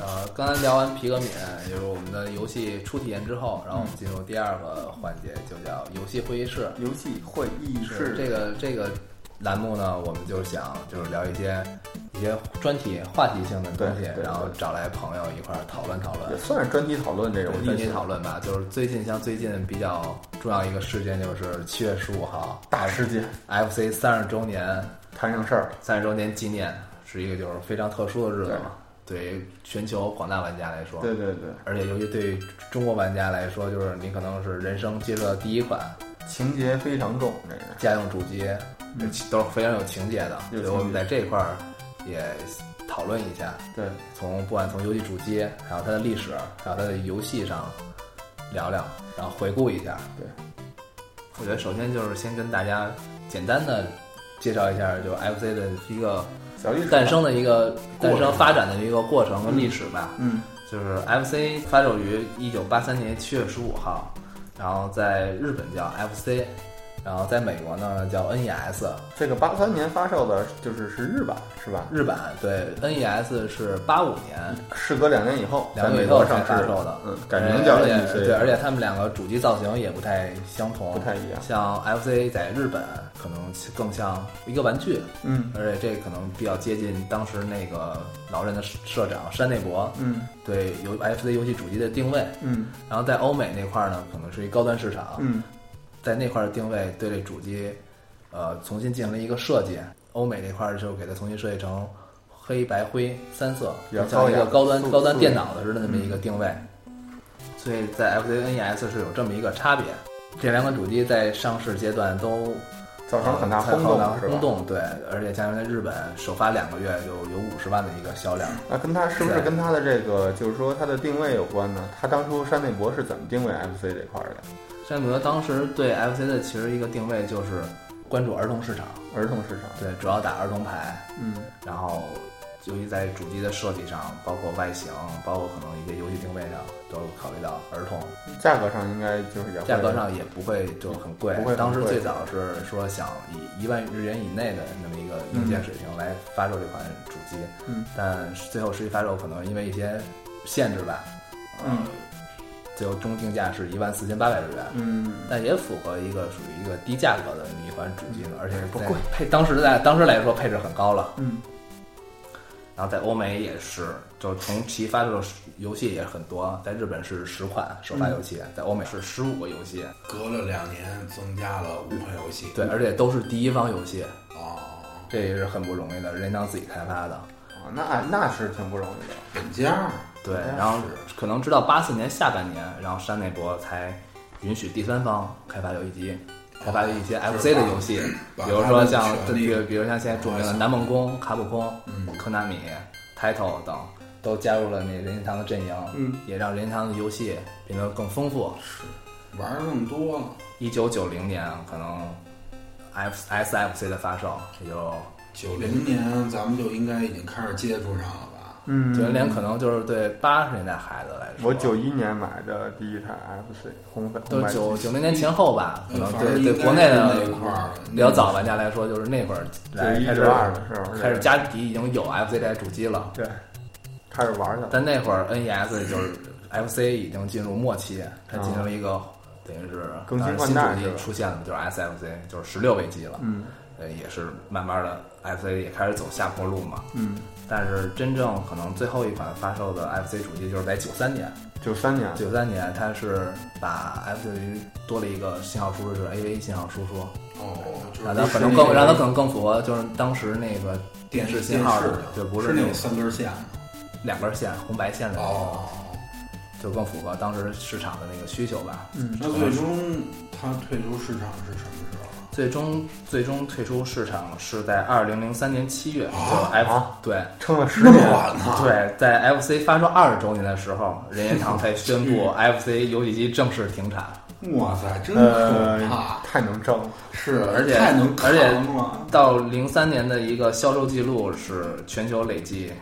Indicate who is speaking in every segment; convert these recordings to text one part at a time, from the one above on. Speaker 1: 呃刚才聊完皮革敏，就是我们的游戏初体验之后，然后我们进入第二个环节，就叫游戏会议室。
Speaker 2: 游戏会议室
Speaker 1: 这个这个栏目呢，我们就想就是聊一些一些专题话题性的东西
Speaker 2: 对对，对
Speaker 1: 然后找来朋友一块儿讨论讨论
Speaker 2: 也。算是专题讨论这种，
Speaker 1: 一起讨论吧，就是最近像最近比较重要一个事件，就是七月十五号
Speaker 2: 大事件，
Speaker 1: FC 三十周年
Speaker 2: 摊上事儿了。
Speaker 1: 三十周年纪念，是一个就是非常特殊的日子嘛，对于全球广大玩家来说，
Speaker 2: 对对对，
Speaker 1: 而且尤其对于中国玩家来说，就是你可能是人生接触到第一款
Speaker 2: 情节非常重，这是
Speaker 1: 家用主机，这都是非常有情节的，
Speaker 2: 嗯有
Speaker 1: 所以我们
Speaker 2: 情节
Speaker 1: 在这块儿也讨论一下，
Speaker 2: 对
Speaker 1: 从不管从游戏主机，还有它的历史，还有它的游戏上聊聊，然后回顾一下。
Speaker 2: 对，
Speaker 1: 我觉得首先就是先跟大家简单的介绍一下，就 FC 的一个
Speaker 2: 小历史
Speaker 1: 诞，生的一个
Speaker 2: 过
Speaker 1: 诞
Speaker 2: 程
Speaker 1: 生发展的一个过程跟历史吧。
Speaker 2: 嗯，
Speaker 1: 就是 FC 发售于一九八三年七月十五号，然后在日本叫 FC，然后在美国呢叫 E NES
Speaker 2: 这个八三年发售的，就是是日版是吧？
Speaker 1: 日版，对 NES 是八五年。
Speaker 2: 事隔两年以后，
Speaker 1: 两
Speaker 2: 在
Speaker 1: 年
Speaker 2: 美
Speaker 1: 以后
Speaker 2: 国
Speaker 1: 才
Speaker 2: 上市
Speaker 1: 发售的，
Speaker 2: 嗯，改名叫
Speaker 1: 而
Speaker 2: NEC，
Speaker 1: 且对，而且他们两个主机造型也不太相同，
Speaker 2: 不太一样，
Speaker 1: 像 FC 在日本可能更像一个玩具，
Speaker 2: 嗯
Speaker 1: 而且这可能比较接近当时那个老任的社长山内博
Speaker 2: 嗯
Speaker 1: 对游 FC 游戏主机的定位。
Speaker 2: 嗯
Speaker 1: 然后在欧美那块儿呢，可能是一高端市场，
Speaker 2: 嗯，
Speaker 1: 在那块儿的定位对这主机，呃，重新进行了一个设计。欧美那块儿就给它重新设计成黑白灰三色，
Speaker 2: 比较
Speaker 1: 像一个
Speaker 2: 高
Speaker 1: 高端
Speaker 2: 雅素嗯
Speaker 1: 高端电脑的似的那么一个定位。所以在 FC NES E 是有这么一个差别。这两款主机在上市阶段都
Speaker 2: 造成很大
Speaker 1: 呃
Speaker 2: 轰
Speaker 1: 造成
Speaker 2: 动，是吧
Speaker 1: 轰？动对，而且加上在日本首发两个月就有五十万的一个销量。
Speaker 2: 那跟他是不是
Speaker 1: 对
Speaker 2: 跟他的这个，就是说他的定位有关呢？他当初山内博是怎么定位 FC 这块儿的？
Speaker 1: 山姆当时对 FC E 的其实一个定位就是关注儿童市场，
Speaker 2: 儿童市场，
Speaker 1: 对，主要打儿童牌，
Speaker 2: 嗯，
Speaker 1: 然后由于在主机的设计上，包括外形，包括可能一些游戏定位上，都考虑到儿童，
Speaker 2: 价格上应该就是也会
Speaker 1: 价格上也不会就很贵。
Speaker 2: 不会很贵
Speaker 1: 当时最早是说想以一万日元以内的那么一个硬件水平来发售这款主机，
Speaker 2: 嗯，
Speaker 1: 但最后实际发售可能因为一些限制吧，呃
Speaker 2: 嗯，
Speaker 1: 最后终定价是一万四千八百日元，
Speaker 2: 嗯，
Speaker 1: 但也符合一个属于一个低价格的这么一款主机了，而且
Speaker 2: 嗯不
Speaker 1: 在
Speaker 2: 贵
Speaker 1: 配当时在当时来说配置很高了。
Speaker 2: 嗯，
Speaker 1: 然后在欧美也是，就同期发售的游戏也很多，在日本是十款首
Speaker 2: 嗯
Speaker 1: 发游戏，在欧美是十五个游戏，
Speaker 3: 隔了两年增加了五款游戏。
Speaker 1: 对，而且都是第一方游戏，
Speaker 3: 哦，
Speaker 1: 这也是很不容易的，任天堂自己开发的。
Speaker 2: 啊那那是挺不容易的。
Speaker 3: 本家
Speaker 1: 对
Speaker 2: 哎呀，
Speaker 1: 然后可能直到八四年下半年，然后山内博才允许第三方开发游戏机，开发一些 FC 的游戏，
Speaker 3: 把
Speaker 1: 比如说像
Speaker 3: 把
Speaker 1: 这
Speaker 3: 他们的权利
Speaker 1: 个，比如像现在著名的南梦宫、卡普空、
Speaker 3: 嗯
Speaker 1: 科纳米、Title 等，都加入了那任天堂的阵营，
Speaker 2: 嗯，
Speaker 1: 也让任天堂的游戏变得更丰富。
Speaker 3: 玩儿更多了，
Speaker 1: 一九九零年可能 F SFC 的发售，也就
Speaker 3: 九零年咱们就应该已经开始接触上了吧？
Speaker 2: 嗯
Speaker 1: 九零年可能就是对八十年代孩子来说，
Speaker 2: 我九一年买的第一台 FC 红粉，
Speaker 1: 都
Speaker 2: 红白
Speaker 1: 是九
Speaker 2: 机
Speaker 1: 九零年前后吧，可能
Speaker 3: 反正
Speaker 1: 对
Speaker 3: 应
Speaker 1: 对
Speaker 3: 该
Speaker 1: 国内
Speaker 3: 是
Speaker 1: 的
Speaker 3: 那一块儿
Speaker 1: 比较早玩家来说，就是那会儿来
Speaker 2: 91
Speaker 1: 开始
Speaker 2: 92的时候
Speaker 1: 开始家底已经有 FC 这台主机了，
Speaker 2: 对，开始玩去了。
Speaker 1: 但那会儿 NES 就是 FC 已经进入末期，它进行了一个等于是
Speaker 2: 更新
Speaker 1: 当时
Speaker 2: 换
Speaker 1: 新
Speaker 2: 代
Speaker 1: 主
Speaker 2: 是吧
Speaker 1: 机出现了，就是 SFC，就是十六位机了，
Speaker 2: 嗯
Speaker 1: 呃，也是慢慢的 FC 也开始走下坡路嘛。
Speaker 2: 嗯，
Speaker 1: 但是真正可能最后一款发售的 FC 主机就是在九三年，
Speaker 2: 九三年，
Speaker 1: 九三年它是把 FC 多了一个信号输出，就是 AV 信号输出，
Speaker 3: 哦，就是
Speaker 1: 让啊它可能
Speaker 3: 是那
Speaker 1: 更
Speaker 3: 个
Speaker 1: 让它可能更符合就是当时那个
Speaker 3: 电
Speaker 1: 视
Speaker 3: 视
Speaker 1: 信号
Speaker 3: 电视
Speaker 1: 就不
Speaker 3: 是
Speaker 1: 那
Speaker 3: 那
Speaker 1: 种
Speaker 3: 种三根线吗？
Speaker 1: 两根线红白线的那种，
Speaker 3: 哦，
Speaker 1: 就更符合当时市场的那个需求吧。
Speaker 2: 嗯，
Speaker 3: 那最终它退出市场是什么时候？
Speaker 1: 最终最终退出市场是在二零零三年七月，就 F、
Speaker 2: 啊
Speaker 1: 对。
Speaker 2: 撑了十
Speaker 3: 那么
Speaker 2: 年，
Speaker 3: 晚呢？
Speaker 1: 对，在 FC 发售二十周年的时候，任天堂才宣布
Speaker 3: 啊
Speaker 1: FC 游戏机正式停产。
Speaker 3: 哇塞，真可
Speaker 2: 呃
Speaker 3: 怕！，
Speaker 2: 太能挣了。
Speaker 3: 是，
Speaker 1: 而且
Speaker 3: 太能
Speaker 1: 而且
Speaker 3: 扛了。
Speaker 1: 到零三年的一个销售记录是全球累计，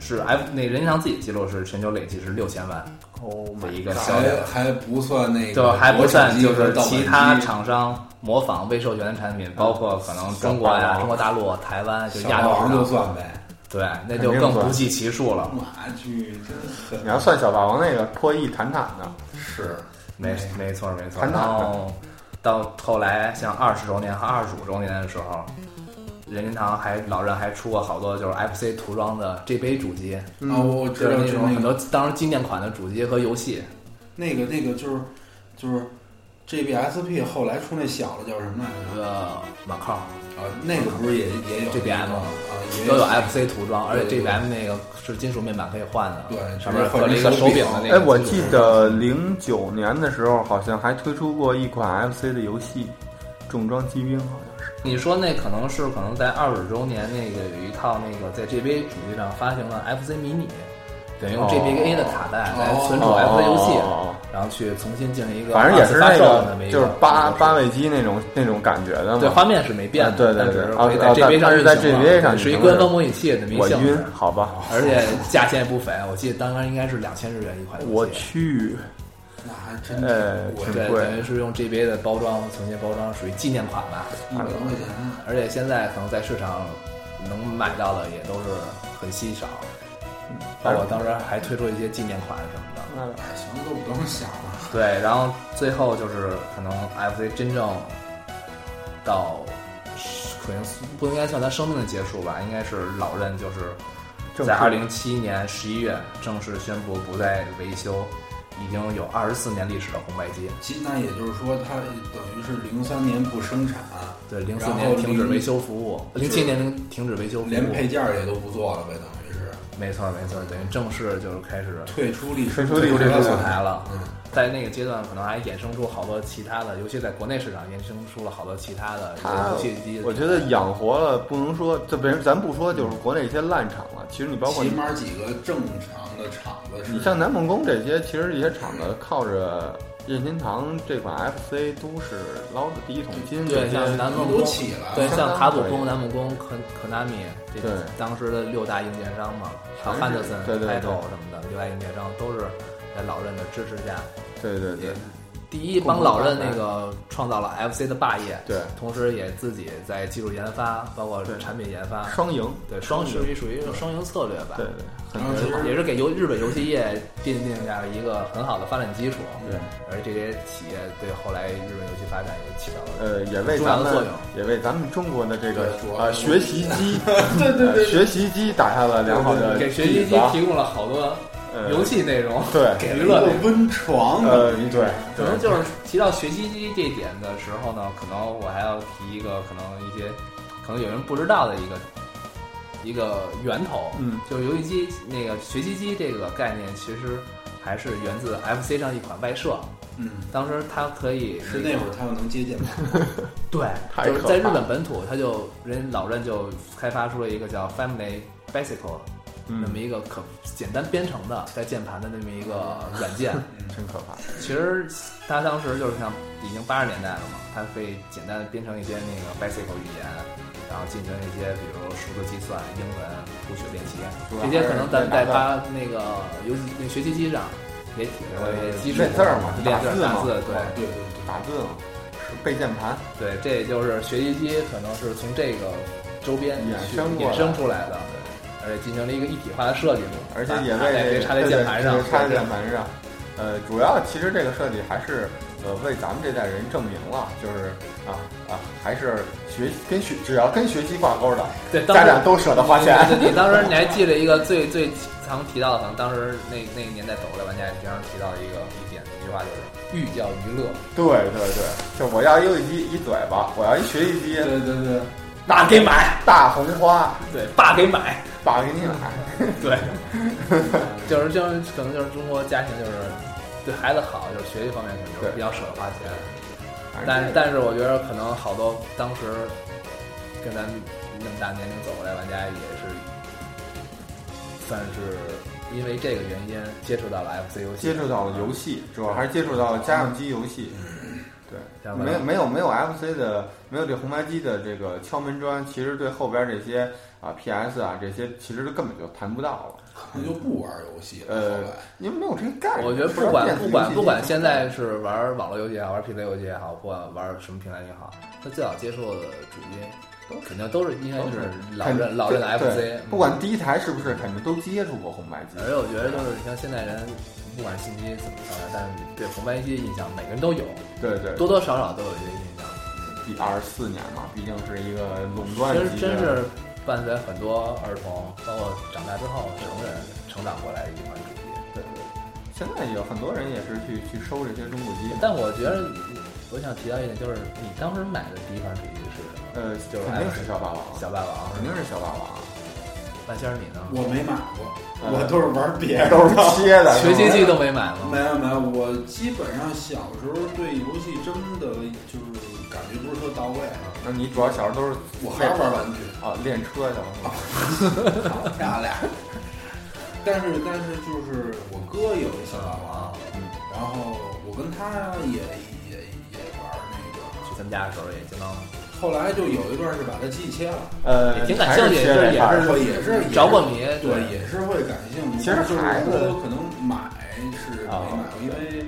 Speaker 1: 是 F 那任天堂自己记录是全球累计是六千万
Speaker 2: 哦，
Speaker 1: 的一个销量
Speaker 3: 还，还不算那个，
Speaker 1: 就还不算就是其他
Speaker 3: 厂，
Speaker 1: 厂商模
Speaker 3: 嗯
Speaker 1: 仿未授权的产品，包括可能中国
Speaker 2: 小霸
Speaker 1: 呀、
Speaker 2: 王
Speaker 1: 中国大陆、台湾就
Speaker 3: 啊小啊
Speaker 1: 亚洲
Speaker 3: 霸王就
Speaker 1: 市场，
Speaker 3: 算呗。
Speaker 1: 对，那就
Speaker 2: 肯定
Speaker 1: 更
Speaker 2: 算
Speaker 1: 不计其数了。
Speaker 3: 马剧真狠，啊
Speaker 2: 你要算小霸王那个破译坦坦的，
Speaker 3: 是
Speaker 1: 没没错没错。然
Speaker 2: 坦坦的
Speaker 1: 后到后来，像二十周年和二十五周年的时候，任天堂还老任还出过好多就是 FC 涂装的 GB 主机，
Speaker 3: 啊，我我知
Speaker 1: 就是那
Speaker 3: 道，就是
Speaker 1: 种
Speaker 3: 那
Speaker 1: 很
Speaker 3: 个
Speaker 1: 多当时经典款的主机和游戏。
Speaker 3: 那个那个就是就是 GBSP 后来出那小的叫什么来着？
Speaker 1: 一个马靠
Speaker 3: 啊，那个不是也也有
Speaker 1: GBM
Speaker 3: 吗？啊，也
Speaker 1: 都有 FC 涂装，而且
Speaker 3: 对对对
Speaker 1: GBM 那个是金属面板可以换的，
Speaker 3: 对
Speaker 1: 上面
Speaker 3: 就是
Speaker 1: 刻了一个
Speaker 3: 换成
Speaker 1: 手柄
Speaker 3: 手柄
Speaker 1: 的那个。
Speaker 2: 哎，我记得零九年的时候，好像还推出过一款 FC 的游戏，《重装机兵》好像是。
Speaker 1: 你说那可能是可能在二十周年那个有一套那个在 GB 主机上发行了 FC 迷你，等于用
Speaker 2: 哦
Speaker 1: GBA 的卡带来存储
Speaker 2: 哦
Speaker 1: FC 游戏，
Speaker 2: 哦哦
Speaker 1: 然后去重新进行一个
Speaker 2: 反正也是那
Speaker 1: 二次发售的那
Speaker 2: 个
Speaker 1: 么，一
Speaker 2: 就是八
Speaker 1: 个
Speaker 2: 八位机那种那种感觉的嘛。
Speaker 1: 对画面是没变的，
Speaker 2: 啊对对
Speaker 1: 但是
Speaker 2: 对
Speaker 1: 可以在
Speaker 2: 哦哦
Speaker 1: GBA 上
Speaker 2: 但是在
Speaker 1: 运行
Speaker 2: GBA 上
Speaker 1: 是一
Speaker 2: 运行
Speaker 1: 官
Speaker 2: 的
Speaker 1: 方模拟器的明
Speaker 2: 我
Speaker 1: 星，
Speaker 2: 晕，好吧，
Speaker 1: 而且价钱也不菲，我记得当时应该是两千日元一款游戏。
Speaker 2: 我去，
Speaker 3: 那还真挺
Speaker 2: 呃
Speaker 3: 贵
Speaker 2: 挺
Speaker 1: 对，
Speaker 2: 贵
Speaker 1: 等于是用 GBA 的包装重新包装，属于纪念款吧。
Speaker 3: 一百多块钱啊。
Speaker 1: 而且现在可能在市场能买到的也都是很稀少，
Speaker 2: 嗯
Speaker 1: 包括当时还推出一些纪念款什么的。
Speaker 2: 那
Speaker 3: 哎，行了，都不用想了。
Speaker 1: 对，然后最后就是可能 FC 真正到可能不应该算他生命的结束吧，应该是老任就是
Speaker 2: 正
Speaker 1: 在
Speaker 2: 式
Speaker 1: 二零七一年十一月正式宣布不再维修已经有二十四年历史的红白机。
Speaker 3: 其那也就是说，它等于是零三年不生产，
Speaker 1: 对，零四
Speaker 3: 然后
Speaker 1: 年停止
Speaker 3: 零
Speaker 1: 维修服务，零七年停止维修服务，
Speaker 3: 连配件儿也都不做了呗，等于是
Speaker 1: 没错没错，等于正式就是开始
Speaker 3: 退出历
Speaker 2: 退
Speaker 3: 史，
Speaker 2: 出历史
Speaker 1: 这
Speaker 2: 对
Speaker 1: 个
Speaker 2: 对
Speaker 1: 素
Speaker 2: 对
Speaker 1: 材了。
Speaker 3: 嗯，
Speaker 1: 在那个阶段，可能还衍生出好多其他的，尤其在国内市场衍生出了好多其他的
Speaker 2: 他
Speaker 1: 游戏机。
Speaker 2: 我觉得养活了，不能说，这别咱不说，就是国内一些烂厂了。其实你包括
Speaker 3: 起
Speaker 2: 你，
Speaker 3: 码几个正常的厂子
Speaker 2: 你
Speaker 3: 是
Speaker 2: 像南梦宫这些，其实这些厂子靠着任天堂这款 FC 都是捞的第一桶金。
Speaker 1: 对
Speaker 2: 这些
Speaker 1: 像南梦宫
Speaker 3: 都起来
Speaker 1: 对
Speaker 2: 相
Speaker 1: 像
Speaker 2: 当
Speaker 1: 卡普
Speaker 2: 可以
Speaker 1: 空、南梦宫、科科纳米，这
Speaker 2: 对
Speaker 1: 当时的六大硬件商嘛，还有汉
Speaker 2: 全
Speaker 1: 德
Speaker 2: 是
Speaker 1: 森、
Speaker 2: 对对
Speaker 1: 泰
Speaker 2: 对
Speaker 1: 斗什么的，六大硬件商都是在老任的支持下，
Speaker 2: 对对对
Speaker 1: 也第一帮老任那个创造了 FC 的霸业，
Speaker 2: 对，
Speaker 1: 同时也自己在技术研发，包括
Speaker 2: 对
Speaker 1: 产品研 发，
Speaker 2: 双赢，
Speaker 1: 对双
Speaker 2: 赢
Speaker 1: 属，于属于一种双赢策略吧
Speaker 2: 对，对，很
Speaker 3: 然后其
Speaker 1: 也
Speaker 3: 实
Speaker 1: 是给游日本游戏业奠定下了一个很好的发展基础，
Speaker 2: 对，
Speaker 1: 而这些企业对后来日本游戏发展也起到了。
Speaker 2: 呃，也为
Speaker 1: 重要的
Speaker 2: 咱们
Speaker 1: 作用
Speaker 2: 也为咱们中国的这个
Speaker 3: 对主要
Speaker 2: 呃
Speaker 3: 是
Speaker 2: 学习机， 对对对，学习机打下了良好的
Speaker 1: 给学习
Speaker 2: 底
Speaker 1: 机
Speaker 2: 子啊
Speaker 1: 提供了好多
Speaker 2: 呃
Speaker 1: 游戏内容，
Speaker 2: 对
Speaker 1: 给
Speaker 3: 给
Speaker 1: 娱
Speaker 3: 了
Speaker 1: 乐
Speaker 3: 一
Speaker 1: 内
Speaker 3: 个
Speaker 1: 容。
Speaker 3: 温床
Speaker 2: 呃对
Speaker 1: 可能就是提到学习机这一点的时候呢，可能我还要提一个可能一些可能有人不知道的一个一个源头，
Speaker 2: 嗯，
Speaker 1: 就是游戏机那个学习机这个概念，其实还是源自 FC 上一款外设，
Speaker 3: 嗯，
Speaker 1: 当时它可以
Speaker 3: 是
Speaker 1: 个
Speaker 3: 那会儿他又能接见吗？
Speaker 1: 对，
Speaker 2: 太
Speaker 1: 就是
Speaker 2: 可
Speaker 1: 在日
Speaker 2: 怕
Speaker 1: 本本土，他就人老任就开发出了一个叫 Family Bicycle 那么
Speaker 2: 嗯，
Speaker 1: 一个可简单编程的带键盘的那么一个软 件。
Speaker 2: 真可怕，
Speaker 1: 其实他当时就是像已经八十年代了嘛，他可以简单的编程一些那个 Bicycle 语言，然后进行一些比如数字计算、英文、谱曲练习，这些可能咱们在他那个游戏那学习机上也体会过一些基础
Speaker 2: 练字儿嘛
Speaker 1: 练字儿
Speaker 2: 打字
Speaker 1: 打
Speaker 2: 嘛
Speaker 1: 字，对。
Speaker 3: 对对对，
Speaker 2: 打字嘛，是背键盘，
Speaker 1: 对，这也就是学习机可能是从这个周边
Speaker 2: 衍
Speaker 1: 去
Speaker 2: 生过
Speaker 1: 衍
Speaker 2: 来
Speaker 1: 生出来的，而且进行了一个一体化的设计嘛，
Speaker 2: 而且
Speaker 1: 把
Speaker 2: 也
Speaker 1: 把
Speaker 2: 为
Speaker 1: 这
Speaker 2: 这
Speaker 1: 个
Speaker 2: 个
Speaker 1: 插在键盘上
Speaker 2: 对，对啊插在键盘上。呃，主要其实这个设计还是呃为咱们这代人证明了，就是啊啊，还是学跟学只要跟学习挂钩的，
Speaker 1: 对，当
Speaker 2: 家
Speaker 1: 时
Speaker 2: 长都舍得 花钱。
Speaker 1: 你当时你还记得一个最最常提到的，可能当时那那个年代走过来玩家也经常提到一个一点一句话就是寓教于乐，
Speaker 2: 对对对，就我要游戏机一嘴巴，我要一学习机，
Speaker 3: 对对对，
Speaker 1: 爸给买，
Speaker 2: 大红花，
Speaker 1: 对，爸给买，
Speaker 2: 爸给你买。
Speaker 1: 对， 就是就是可能就是中国家庭就是对孩子好，就是学习方面可能就是
Speaker 2: 对
Speaker 1: 比较舍得花钱。
Speaker 2: 反正
Speaker 1: 但
Speaker 2: 这个
Speaker 1: 但是我觉得可能好多当时跟咱那么大年龄走过来玩家也是，算是因为这个原因接触到了 FC 游戏，
Speaker 2: 接触到了游戏，主要还是接触到了家用机游戏。对，
Speaker 1: 像玩
Speaker 2: 没有没有没有 FC 的，没有这红白机的这个敲门砖，其实对后边这些啊 PS 啊这些，其实都根本就谈不到了，
Speaker 3: 可能就不玩游戏了。
Speaker 2: 呃
Speaker 3: 后来，
Speaker 2: 因为没有这个概念。
Speaker 1: 我觉得不
Speaker 2: 知道
Speaker 1: 管
Speaker 2: 电子
Speaker 1: 不管
Speaker 2: 游戏
Speaker 1: 不管
Speaker 2: 机
Speaker 1: 现在是玩网络游戏也好，玩 PC 游戏也好，或玩什么平台也好，他最早接触的主机肯定都是应该就
Speaker 2: 都
Speaker 1: 是
Speaker 2: 是
Speaker 1: 老任老任的
Speaker 2: 对
Speaker 1: FC，
Speaker 2: 不管第一台是不是，肯定都接触过红白机
Speaker 1: 而。且我觉得就是你像现代人，不管是信息怎么发达，但是对红白机的印象每个人都有，
Speaker 2: 对对，
Speaker 1: 多多少少都有一个印象。
Speaker 2: 第二十四年嘛，毕竟是一个垄断
Speaker 1: 真
Speaker 2: 级
Speaker 1: 真
Speaker 2: 的。
Speaker 1: 是伴随很多儿童，包括长大之后成人成长过来的一款主机。
Speaker 2: 对对，现在有很多人也是去去收这些中古机的。
Speaker 1: 但我觉得我想提到一点，就是你当时买的第一款主机是什么？
Speaker 2: 呃，
Speaker 1: 就是
Speaker 2: 肯定是小霸王，
Speaker 1: 小霸王。
Speaker 2: 肯定是小霸王，
Speaker 1: 半仙儿你呢？
Speaker 3: 我没买过，
Speaker 2: 嗯
Speaker 3: 我都是玩别人
Speaker 2: 都是
Speaker 3: 的。
Speaker 2: 切的，
Speaker 1: 学
Speaker 2: 是
Speaker 1: 机
Speaker 2: 吧
Speaker 1: 器都没买吗？
Speaker 3: 没有没有，我基本上小时候对游戏真的就是感觉不是特到位啊，
Speaker 2: 那你主要小时候都是
Speaker 3: 我还是玩玩具。
Speaker 2: 啊练车去了是吧？
Speaker 3: 好漂亮。 但是但是就是我哥有一小霸王，
Speaker 2: 嗯
Speaker 3: 然后我跟他也也也玩那个，
Speaker 1: 去咱们家的时候也经常
Speaker 3: 后来就有一段是把他机器切了，
Speaker 2: 呃，
Speaker 1: 也挺感
Speaker 2: 还是
Speaker 1: 兴趣
Speaker 2: 切
Speaker 1: 就是
Speaker 2: 这
Speaker 1: 也
Speaker 2: 块儿
Speaker 1: 是
Speaker 3: 我也是
Speaker 1: 着过迷。
Speaker 3: 也是对，也是会感兴趣。
Speaker 2: 其实
Speaker 3: 就是
Speaker 2: 孩子
Speaker 3: 说可能买是没买过，因为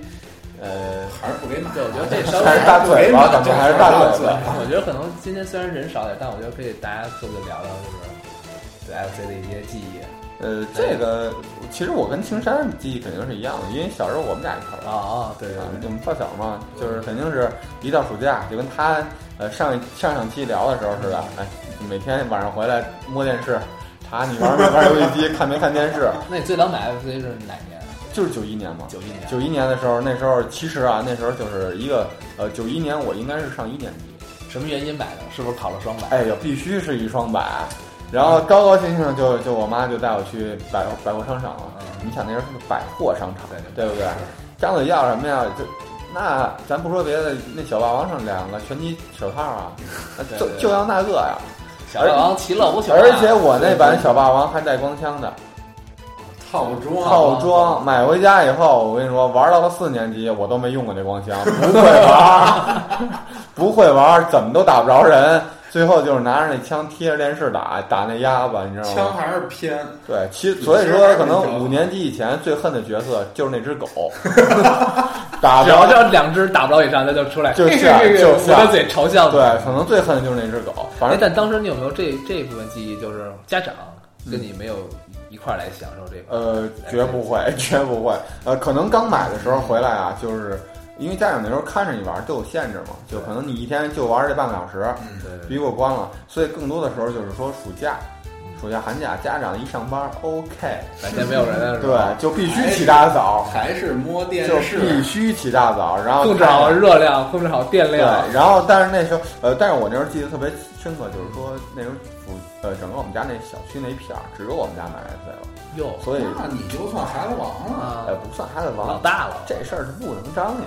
Speaker 2: 呃，
Speaker 3: 还是不给买。
Speaker 1: 对我觉得这稍微
Speaker 2: 还是大嘴巴，咱们还是大嘴巴。
Speaker 1: 我觉得可能今天虽然人少点，但我觉得可以大家坐着聊聊，就是对 FC 的一些记忆。
Speaker 2: 呃，这个其实我跟青山记忆肯定是一样的，因为小时候我们俩一块儿玩。
Speaker 1: 啊啊，对对
Speaker 2: 啊
Speaker 1: 对，
Speaker 2: 我们发小嘛，就是肯定是一到暑假，就跟他呃上一上上期聊的时候似的，哎，每天晚上回来摸电视，查你玩没玩游戏机，看没看电视，
Speaker 1: 那你最早买 FC 是哪年？啊
Speaker 2: 就是九一年嘛。
Speaker 1: 九一年。
Speaker 2: 九一年的时候，那时候其实啊，那时候就是一个呃，九一年我应该是上一年级，
Speaker 1: 什么原因买的？是不是考了双百？
Speaker 2: 哎呀，必须是一双百，然后
Speaker 1: 嗯
Speaker 2: 高高兴兴就就我妈就带我去百货百货商场了。
Speaker 1: 嗯，
Speaker 2: 你想那时候是百货商场，
Speaker 1: 对
Speaker 2: 对不对？张嘴要什么呀？就那咱不说别的，那小霸王上两个拳击手套啊，那
Speaker 1: 对
Speaker 2: 就
Speaker 1: 对
Speaker 2: 就要那个呀。
Speaker 1: 小霸王其乐无穷啊。
Speaker 2: 而且我那版小霸王还带光枪的
Speaker 3: 套装，
Speaker 2: 套装，买回家以后，我跟你说，玩到了四年级，我都没用过这光 枪，不会玩，不会玩，怎么都打不着人。最后就是拿着那枪贴着电视打，打那鸭子，你知道吗？
Speaker 3: 枪还是偏，
Speaker 2: 对，其实所以说，可能五年级以前最恨的角色就是那 只狗，打
Speaker 1: 只要
Speaker 2: 着
Speaker 1: 这两只打不着以上，它就出来，
Speaker 2: 就
Speaker 1: 这
Speaker 2: 下
Speaker 1: 是
Speaker 2: 就
Speaker 1: 捂
Speaker 2: 下
Speaker 1: 着嘴嘲笑你。
Speaker 2: 对，可能最恨的就是那只狗。反
Speaker 1: 哎，
Speaker 2: 正
Speaker 1: 但当时你有没有这这部分记忆？就是家长跟你没有一块儿来享受这个，
Speaker 2: 呃，绝不会， 绝不会。呃，可能刚买的时候回来啊，就是因为家长那时候看着你玩都有限制嘛，就可能你一天就玩这半个小时，
Speaker 3: 嗯，
Speaker 1: 对
Speaker 2: 逼过关了，所以更多的时候就是说暑假、暑假、寒假，家长一上班，OK，
Speaker 1: 白天没有人的时候，
Speaker 2: 对，就必须起大早，
Speaker 3: 还是摸
Speaker 1: 哎
Speaker 3: 电
Speaker 2: 就必
Speaker 3: 视，
Speaker 2: 须起大早，然后
Speaker 1: 控制
Speaker 2: 看
Speaker 1: 好热量，控制好电
Speaker 2: 对
Speaker 1: 量，，
Speaker 2: 然后但是那时候，呃，但是我那时候记得特别深刻，就是说那时候我，呃，整个我们家那小区那一片儿，只有我们家买 FC 了，
Speaker 1: 哟
Speaker 2: 所以
Speaker 3: 那你就算孩子王了，
Speaker 1: 啊
Speaker 2: 呃，不算孩子
Speaker 1: 哦老
Speaker 2: 王，
Speaker 1: 大了，
Speaker 2: 这事儿是不能张扬，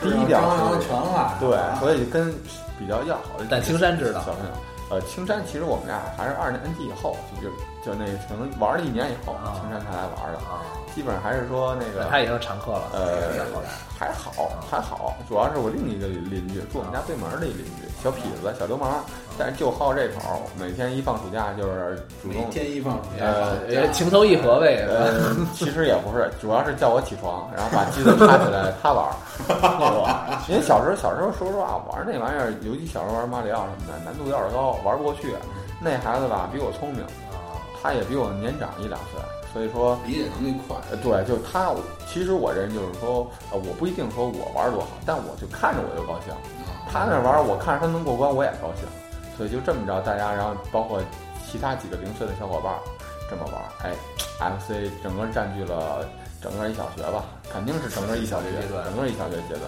Speaker 3: 是啊
Speaker 2: 低调
Speaker 3: 张
Speaker 2: 是
Speaker 3: 扬全了，啊
Speaker 2: 对，所以跟比较要好的
Speaker 1: 但青山知道
Speaker 2: 小朋友。呃，青山其实我们俩还是二年级以后，就就就那可能玩了一年以后，
Speaker 1: 啊
Speaker 2: 青山才来玩的，
Speaker 1: 啊，
Speaker 2: 基本上还是说那
Speaker 1: 那
Speaker 2: 个
Speaker 1: 他已经是常客了，
Speaker 2: 呃
Speaker 1: 是后来
Speaker 2: 还好，还好，主要是我另一个邻居，住我们家对门儿的一邻居，小痞子、小流氓，但是就好这口儿，每天一放暑假就是主
Speaker 3: 每
Speaker 2: 动。
Speaker 3: 天一放暑假
Speaker 2: 呃
Speaker 3: 放假
Speaker 1: 也情投意合呗，
Speaker 2: 呃，其实也不是，主要是叫我起床，然后把机子插起来， 他玩儿。我因为小时候，小时候说实话，玩儿那玩意儿，尤其小时候玩马里奥什么的，难度有点儿高，玩不过去。那孩子吧，比我聪明，他也比我年长一两岁，所以说
Speaker 3: 理解能力快，
Speaker 2: 呃，对，就他，我其实我这人就是说，呃，我不一定说我玩儿多好，但我就看着我就高兴。他那玩儿，我看着他能过关，我也高兴。所以就这么着，大家然后包括其他几个零碎的小伙伴儿这么玩儿，哎，MC 整个占据了整个一小学吧，肯定是整个一小学
Speaker 1: 阶段
Speaker 2: 整个一小学阶段。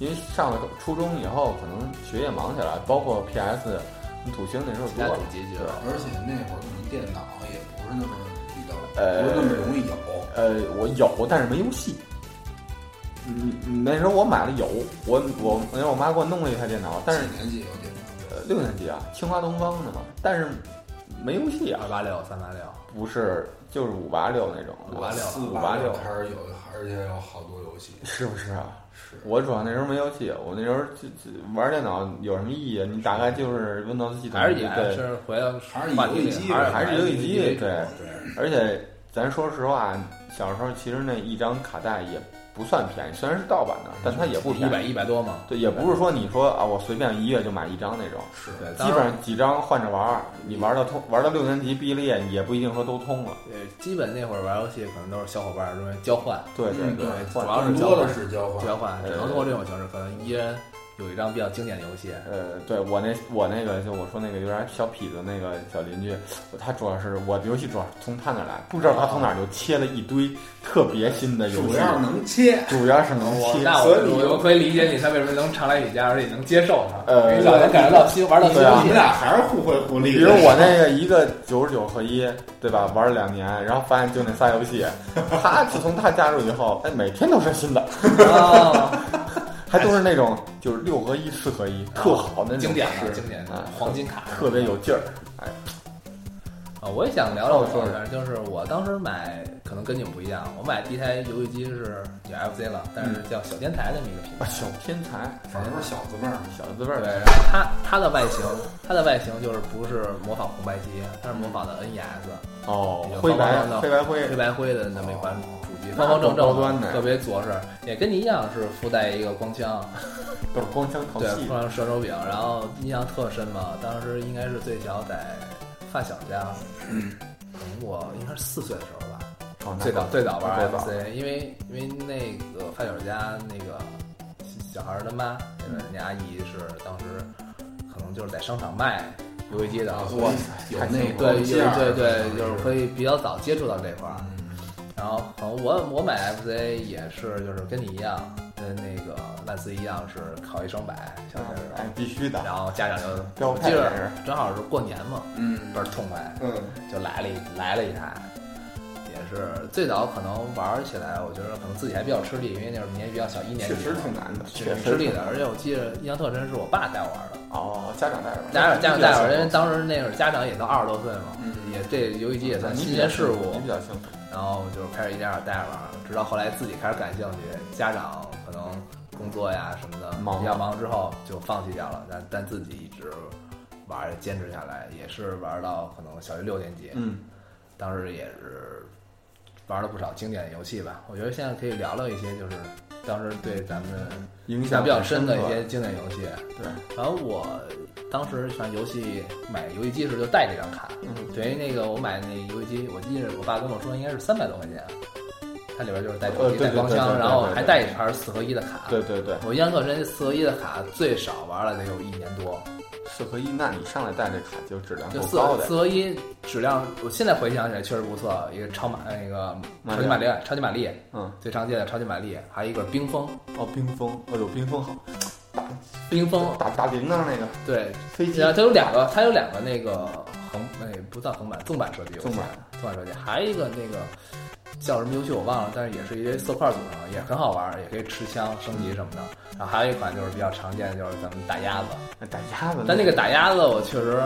Speaker 2: 因为上了初中以后，可能学业忙起来，包括 PS、土星那时候
Speaker 1: 其
Speaker 2: 多
Speaker 1: 他
Speaker 2: 了
Speaker 1: 主，机就
Speaker 2: 对，
Speaker 3: 而且那会儿可能电脑也不是那么比较，
Speaker 2: 呃
Speaker 3: 不是那么容易有。
Speaker 2: 呃，我有，但是没游戏。嗯，嗯那时候我买了有，我我那时候我妈给我弄了一台电脑，但是
Speaker 3: 几年级有电脑？
Speaker 2: 呃六年级啊，清华东方的嘛，但是没游戏啊
Speaker 1: 二，八六、三八六，
Speaker 2: 不是就是五八六那种的，
Speaker 1: 五八六
Speaker 3: 四
Speaker 2: 五
Speaker 3: 八
Speaker 2: 八六
Speaker 3: 开始有，而且有好多游戏
Speaker 2: 是不是啊？
Speaker 3: 是。
Speaker 2: 我主要那时候没游戏，我那时候就就玩电脑有什么意义啊？你大概就是 Windows 系统，
Speaker 1: 还是也
Speaker 2: 对，
Speaker 1: 是回到
Speaker 3: 还是以
Speaker 1: 话
Speaker 3: 游
Speaker 1: 题
Speaker 3: 戏
Speaker 1: 里
Speaker 3: 机
Speaker 1: 还
Speaker 2: 还是游戏机
Speaker 1: 为主
Speaker 2: 对
Speaker 3: 对，
Speaker 2: 而且咱说实话，小时候其实那一张卡带也不不算便宜，虽然是盗版的，但它也不
Speaker 1: 一百
Speaker 2: 便宜。
Speaker 1: 一百多嘛，
Speaker 2: 对，也不是说你说啊，我随便一月就买一张那种，
Speaker 3: 是
Speaker 1: 对，
Speaker 2: 基本上几张换着玩儿。你玩到通，玩到六年级毕业，你也不一定说都通了。
Speaker 1: 呃，基本那会儿玩游戏可能都是小伙伴儿中间交换，
Speaker 2: 对对
Speaker 3: 嗯
Speaker 2: 对，
Speaker 1: 对
Speaker 2: 换
Speaker 1: 主要是
Speaker 3: 更多的是交换，
Speaker 1: 交换
Speaker 2: 呃
Speaker 1: 只能通过这种形式，可能一人有一张比较经典的游 戏，
Speaker 2: 呃，对我那我那个就我说那个有点小痞子那个小邻居，他主要是我游戏主要是从他那来，不知道他从哪儿就切了一堆特别新的游
Speaker 3: 主
Speaker 2: 戏，
Speaker 3: 要能切，
Speaker 2: 主要是能
Speaker 1: 我
Speaker 2: 切。
Speaker 1: 那
Speaker 3: 所以你
Speaker 1: 我我可以理解你他为什么能常来你家，而且能接受他，
Speaker 2: 呃
Speaker 1: 因为，老能感觉到新玩到新
Speaker 2: 对啊
Speaker 1: 游
Speaker 3: 你
Speaker 1: 戏。
Speaker 3: 俩还是互惠互利
Speaker 2: 比
Speaker 3: 的。
Speaker 2: 如我那个一个九十九合一，对吧？玩了两年，然后发现就那仨游戏，他自从他加入以后，哎，每天都是新的，
Speaker 1: 哦，
Speaker 2: 还都是那种就是六合一、四合一，特好那种
Speaker 1: 经典的
Speaker 2: 是
Speaker 1: 经典的
Speaker 2: 啊
Speaker 1: 黄金卡，
Speaker 2: 特别有劲儿。
Speaker 1: 啊，我也想聊聊我
Speaker 2: 说
Speaker 1: 的事儿，就是我当时买，可能跟你们不一样，我买第一台游戏机是也 FC 了，但
Speaker 2: 嗯
Speaker 1: 是叫小天台这么一个品
Speaker 2: 啊
Speaker 1: 牌。
Speaker 2: 小天才，
Speaker 3: 反正都是小字辈儿嘛，
Speaker 2: 小字辈
Speaker 1: 对，
Speaker 2: 儿，
Speaker 1: 然后它它的外形，它的外形就是不是模仿红白机，它是模仿的 E NES
Speaker 2: 哦
Speaker 1: 有，
Speaker 2: 灰
Speaker 1: 方
Speaker 2: 白
Speaker 1: 方正正
Speaker 2: 黑白灰，
Speaker 1: 黑白灰的那么一款主机，
Speaker 2: 哦
Speaker 1: 方方正
Speaker 2: 那够
Speaker 1: 正
Speaker 2: 高端的
Speaker 1: 的，特别着实，也跟你一样是附带一个光枪，
Speaker 2: 哦都是光枪淘
Speaker 1: 对，
Speaker 2: 气
Speaker 1: 附。上蛇手柄，然后印象特深嘛，当时应该是最小在发小家，可能我应该是四岁的时候吧，
Speaker 2: 哦那
Speaker 1: 最早最早玩
Speaker 2: 最早
Speaker 1: FC，因为因为那个发小家那个小孩儿他妈，那
Speaker 2: 嗯
Speaker 1: 个人家阿姨是当时可能就是在商场卖游戏机
Speaker 2: 啊
Speaker 1: 的，
Speaker 3: 所以有
Speaker 2: 太
Speaker 3: 那
Speaker 2: 幸福
Speaker 3: 个
Speaker 1: 对有
Speaker 3: 馅儿
Speaker 1: 对对，就是可以比较早接触到这块儿。然后可能我我买 FC 也是就是跟你一样，跟那个烂丝一样是考一双百小学时
Speaker 2: 哎
Speaker 1: 候，，
Speaker 2: 必须的，
Speaker 1: 然后家长就
Speaker 2: 标
Speaker 1: 我
Speaker 2: 配
Speaker 1: 记
Speaker 2: 也
Speaker 1: 得
Speaker 2: 是
Speaker 1: 正好是过年嘛，
Speaker 3: 嗯
Speaker 1: 倍儿痛快。
Speaker 3: 嗯，
Speaker 1: 就来了一来了一台，也是最早可能玩起来，我觉得可能自己还比较吃力，因为那时候年纪比较小，一年级
Speaker 2: 确实挺难的，确
Speaker 1: 挺
Speaker 2: 实
Speaker 1: 啊吃力的。而且我记得印象特深，是我爸带我玩的，
Speaker 2: 哦，家长带着玩，
Speaker 1: 家长家长带我玩，因为
Speaker 2: 人，
Speaker 1: 当时那会儿家长也都二十多岁嘛，
Speaker 3: 嗯
Speaker 1: 也这游戏机也算
Speaker 2: 啊你
Speaker 1: 新
Speaker 2: 比
Speaker 1: 鲜
Speaker 2: 较
Speaker 1: 事物
Speaker 2: 你，比较幸福。
Speaker 1: 然后就开始一点点带着玩，直到后来自己开始感兴趣，家长可能工作呀什么的
Speaker 2: 忙
Speaker 1: 比较忙之后就放弃掉了，但但自己一直玩坚持下来，也是玩到可能小学六年级，
Speaker 2: 嗯，
Speaker 1: 当时也是玩了不少经典的游戏吧。我觉得现在可以聊聊一些就是当时对咱们
Speaker 2: 影
Speaker 1: 印象
Speaker 2: 响
Speaker 1: 比较深的一
Speaker 2: 刻
Speaker 1: 些经典游戏。
Speaker 2: 对，
Speaker 1: 然后我当时上游戏买游戏机时就带这张卡，
Speaker 2: 嗯，
Speaker 1: 等于那个我买那游戏机，我记得我爸跟我说应该是三百多块钱，它里边就是带
Speaker 2: 呃
Speaker 1: 手
Speaker 2: 对
Speaker 1: 机、
Speaker 2: 对
Speaker 1: 带光
Speaker 2: 对对
Speaker 1: 箱，
Speaker 2: 对
Speaker 1: 然后
Speaker 2: 对
Speaker 1: 还
Speaker 2: 对
Speaker 1: 带一盘四合一的卡。
Speaker 2: 对对对，
Speaker 1: 我印象特深，四合一的卡最少玩了得有一年多。
Speaker 2: 四合一，那你上来带这卡就质量
Speaker 1: 就
Speaker 2: 够
Speaker 1: 四
Speaker 2: 啊高的
Speaker 1: 四，合一质量，我现在回想起来确实不错。一个超马那个
Speaker 2: 马
Speaker 1: 超
Speaker 2: 里
Speaker 1: 级
Speaker 2: 奥
Speaker 1: 玛丽，超级玛丽
Speaker 2: 嗯，
Speaker 1: 最常见的超级玛丽，还有一个冰封，
Speaker 2: 哦，冰封，哦有冰封好，
Speaker 1: 冰封
Speaker 2: 打打铃铛那个
Speaker 1: 对，啊
Speaker 2: 飞机
Speaker 1: 然呃后它有两个，它有两个那个横，哎不算横版，纵版设计游戏，
Speaker 2: 纵版
Speaker 1: 纵版设计，还有一个那个叫什么游戏我忘了，但是也是一些色块组成，也很好玩，也可以吃枪升级什么的。然后还有一款就是比较常见的，就是咱们打鸭子，
Speaker 2: 打鸭子，
Speaker 1: 但那个打鸭子我确实